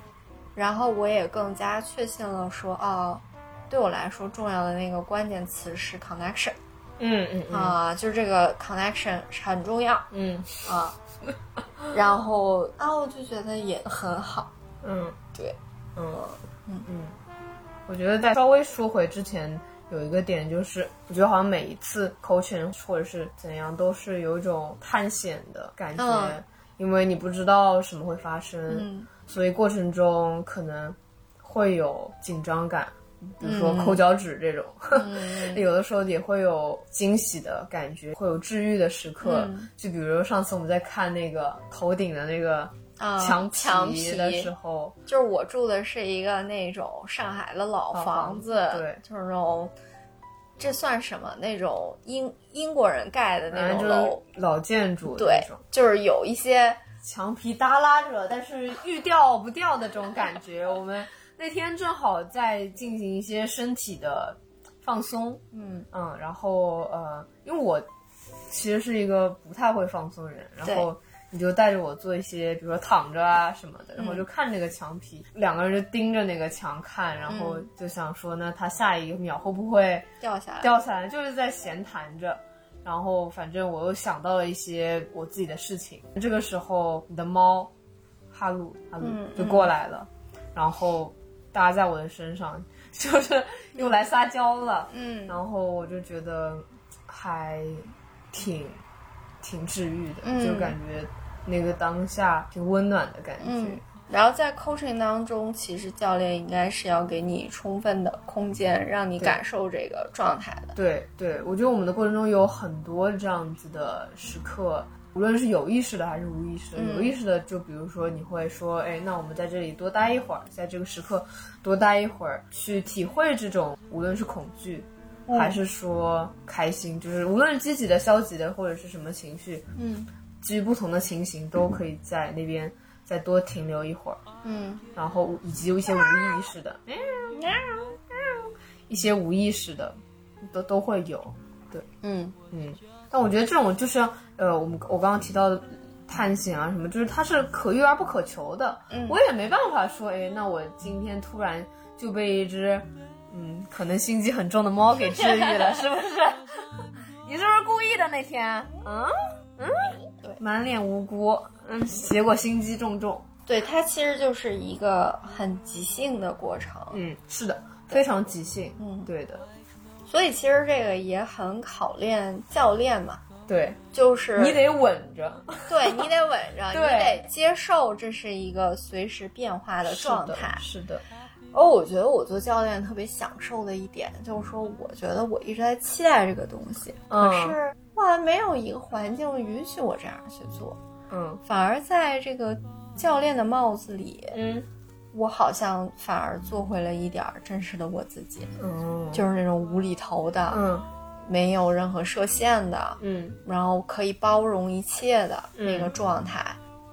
S2: 然后我也更加确信了说，哦，对我来说重要的那个关键词是 connection。
S3: 嗯嗯嗯
S2: 啊、就是这个 connection 是很重要
S3: 嗯
S2: 啊。然后啊，我就觉得也很好，
S3: 嗯，
S2: 对，
S3: 嗯
S2: 嗯
S3: 嗯，我觉得在稍微说回之前有一个点，就是我觉得好像每一次 coaching 或者是怎样，都是有一种探险的感觉，
S2: 嗯
S3: 因为你不知道什么会发生，
S2: 嗯
S3: 所以过程中可能会有紧张感，比如说
S2: 嗯
S3: 抠脚趾这种。
S2: 嗯
S3: 有的时候也会有惊喜的感觉，会有治愈的时刻。
S2: 嗯
S3: 就比如上次我们在看那个头顶的那个
S2: 啊，
S3: 墙
S2: 墙
S3: 嗯皮的时候，
S2: 就是我住的是一个那种上海的老房
S3: 老哦房
S2: 子，
S3: 子对
S2: 就是那种，这算什么？那种英英国人盖的
S3: 反
S2: 那
S3: 正
S2: 种
S3: 就
S2: 楼，
S3: 啊是老建筑
S2: 对
S3: 那种，
S2: 就是有一些
S3: 墙皮耷拉着，但是欲掉不掉的这种感觉。我们那天正好在进行一些身体的放松，
S2: 嗯
S3: 嗯，然后呃，因为我其实是一个不太会放松的人，然后你就带着我做一些，比如说躺着啊什么的，然
S2: 嗯
S3: 后就看那个墙皮，两个人就盯着那个墙看，然后
S2: 嗯
S3: 就想说呢，他下一秒会不会
S2: 掉下来，
S3: 掉下来，就是在闲谈着。然后反正我又想到了一些我自己的事情。这个时候，你的猫哈鲁哈鲁
S2: 嗯
S3: 就过来了，然后搭在我的身上， 就是用来撒娇了。
S5: 嗯
S3: 然后我就觉得还挺挺治愈的，
S2: 嗯
S3: 就感觉那个当下挺温暖的感觉。
S2: 嗯然后在 coaching 当中，其实教练应该是要给你充分的空间，让你
S3: 对
S2: 感受这个状态的。
S3: 对对，我觉得我们的过程中有很多这样子的时刻，无论是有意识的还是无意识的。有意识的，就比如说你会说，哎，那我们在这里多待一会儿，在这个时刻多待一会儿，去体会这种无论是恐惧。还是说开心，就是无论是积极的、消极的，或者是什么情绪，
S2: 嗯
S3: 基于不同的情形，都可以在那边再多停留一会儿。
S2: 嗯
S3: 然后以及一些无意识的，一些无意识的，都都会有。
S2: 嗯
S3: 嗯，但我觉得这种就是呃，我们我刚刚提到的探险啊什么，就是它是可遇而不可求的。
S2: 嗯
S3: 我也没办法说，哎，那我今天突然就被一只嗯，可能心机很重的猫给治愈了，是不 是？你是不是故意的那天？嗯嗯，满脸无辜，嗯，结果心机重重。
S2: 对，它其实就是一个很即兴的过程。
S3: 嗯，是的，非常即兴。
S2: 嗯
S3: 对的，
S2: 所以其实这个也很考验教练嘛，
S3: 对
S2: 就是
S3: 你得稳着。
S2: 对你得稳 着，你
S3: 对
S2: 得接受这是一个随时变化的状态。
S3: 是的，
S2: 而我觉得我做教练特别享受的一点，就是说，我觉得我一直在期待这个东西，
S3: 嗯
S2: 可是哇，没有一个环境允许我这样去做，
S3: 嗯
S2: 反而在这个教练的帽子里，
S3: 嗯
S2: 我好像反而做回了一点儿真实的我自己，
S3: 嗯，
S2: 就是那种无厘头的，
S3: 嗯
S2: 没有任何设限的，
S3: 嗯
S2: 然后可以包容一切的
S3: 嗯
S2: 那个状态，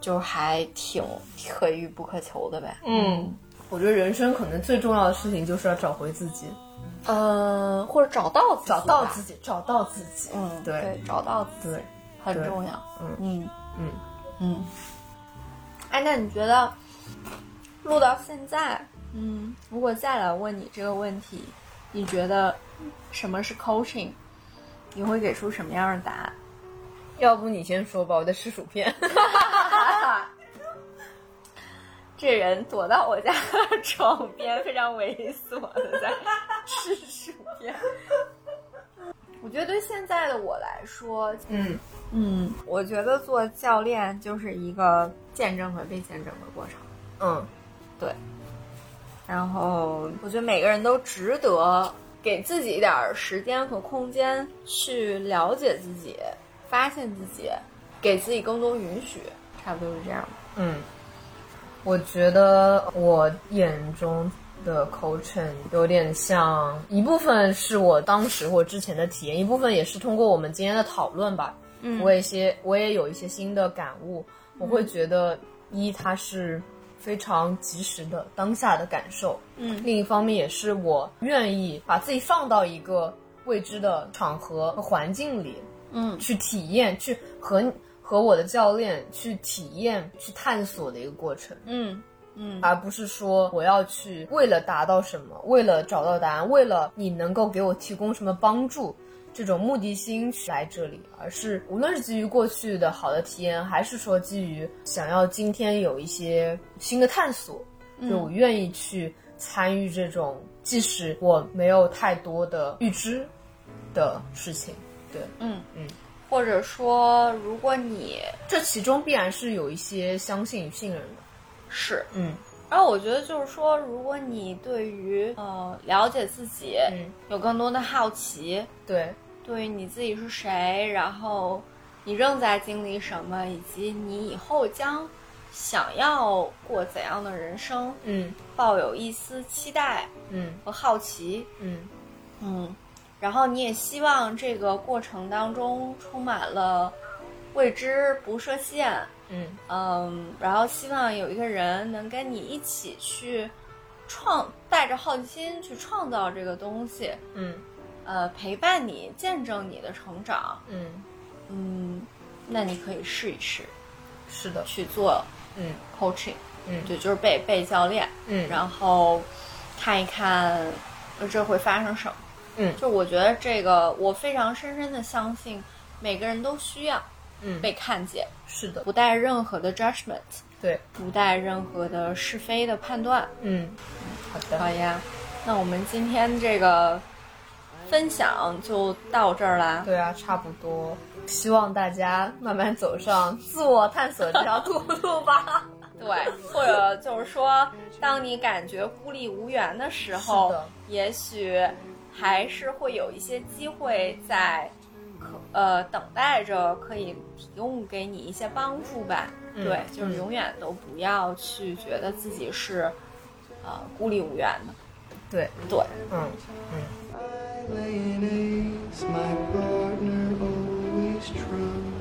S2: 就还挺可遇不可求的呗。
S3: 嗯，我觉得人生可能最重要的事情就是要找回自己，
S2: 呃，或者找到自己吧，
S3: 找到自己，找到自己。
S2: 嗯，
S3: 对
S2: 对，找到自己
S3: 对，
S2: 很
S3: 对
S2: 重要。
S3: 嗯
S2: 嗯
S3: 嗯
S2: 嗯。哎，那你觉得录到现在，嗯，如果再来问你这个问题，你觉得什么是 coaching？你会给出什么样的答案？
S3: 要不你先说吧，我在吃薯片。
S2: 这人躲到我家的床边，非常猥琐的在吃薯片。我觉得对现在的我来说，
S3: 嗯
S2: 嗯，我觉得做教练就是一个见证和被见证的过程。
S3: 嗯
S2: 然后我觉得每个人都值得给自己一点儿时间和空间去了解自己、发现自己，给自己更多允许，差不多是这样吧。
S3: 嗯，我觉得我眼中。的 coaching 有点像一部分是我当时或之前的体验，一部分也是通过我们今天的讨论吧，
S2: 嗯
S3: 我也些我也有一些新的感悟。我会觉得，一它是非常及时的当下的感受，
S2: 嗯
S3: 另一方面也是我愿意把自己放到一个未知的场合和环境里
S2: 嗯
S3: 去体验，去和和我的教练去体验、去探索的一个过程。
S2: 嗯嗯
S3: 而不是说我要去为了达到什么，为了找到答案，为了你能够给我提供什么帮助，这种目的心去来这里，而是无论是基于过去的好的体验，还是说基于想要今天有一些新的探索，
S2: 嗯
S3: 就我愿意去参与这种，即使我没有太多的预知的事情。对，
S2: 嗯
S3: 嗯，
S2: 或者说，如果你
S3: 这其中必然是有一些相信与信任的。
S2: 是，
S3: 嗯
S2: 然后我觉得就是说，如果你对于呃了解自己
S3: 嗯，
S2: 有更多的好奇，
S3: 对，
S2: 对于你自己是谁，然后你正在经历什么，以及你以后将想要过怎样的人生，
S3: 嗯
S2: 抱有一丝期待
S3: 嗯
S2: 和好奇，
S3: 嗯
S2: 嗯，然后你也希望这个过程当中充满了未知、不设限，
S3: 嗯
S2: 嗯，然后希望有一个人能跟你一起去创，带着好奇心去创造这个东西，
S3: 嗯
S2: 呃，陪伴你，见证你的成长，
S3: 嗯，
S2: 嗯，那你可以试一试
S3: 是的，
S2: 去做
S3: 嗯
S2: coaching，
S3: 嗯
S2: 对，就是被被教练，
S3: 嗯
S2: 然后看一看呃这会发生什么。
S3: 嗯
S2: 就我觉得这个，我非常深深的相信，每个人都需要
S3: 嗯，
S2: 被看见，
S3: 是的，
S2: 不带任何的 judgment，
S3: 对，
S2: 不带任何的是非的判断。
S3: 嗯，好的，
S2: 好呀，啊那我们今天这个分享就到这儿啦。
S3: 对啊，差不多。希望大家慢慢走上自我探索这条 途路吧。
S2: 对，或者就是说，当你感觉孤立无援的时候
S3: 是的，
S2: 也许还是会有一些机会在可呃等待着可以提供给你一些帮助吧。
S3: 嗯
S2: 对，就是
S3: 嗯
S2: 永远都不要去觉得自己是呃孤立无援的。
S3: 对，
S2: 对，
S3: 嗯，
S1: I lay an ace, my partner always trumps.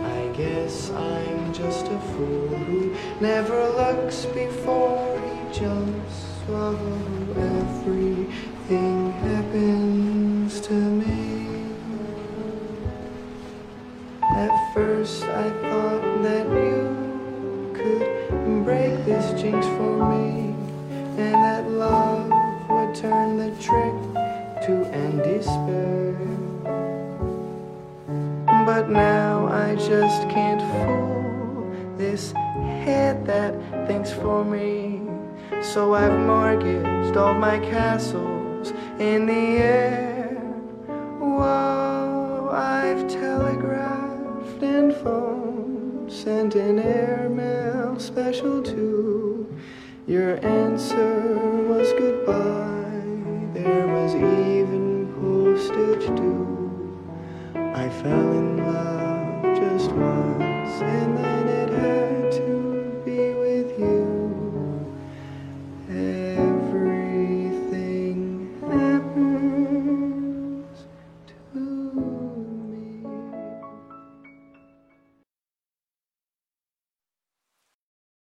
S1: I guess I'm just a fool who never looks before he jumps. Swallow everything happens to me. At first I thought that you could break this jinx for me And that love would turn the trick to end despair But now I just can't fool this head that thinks for me So I've mortgaged all my castles in the air Whoa, I've telegraphed and phoned, sent an airmail special too. Your answer was goodbye. There was even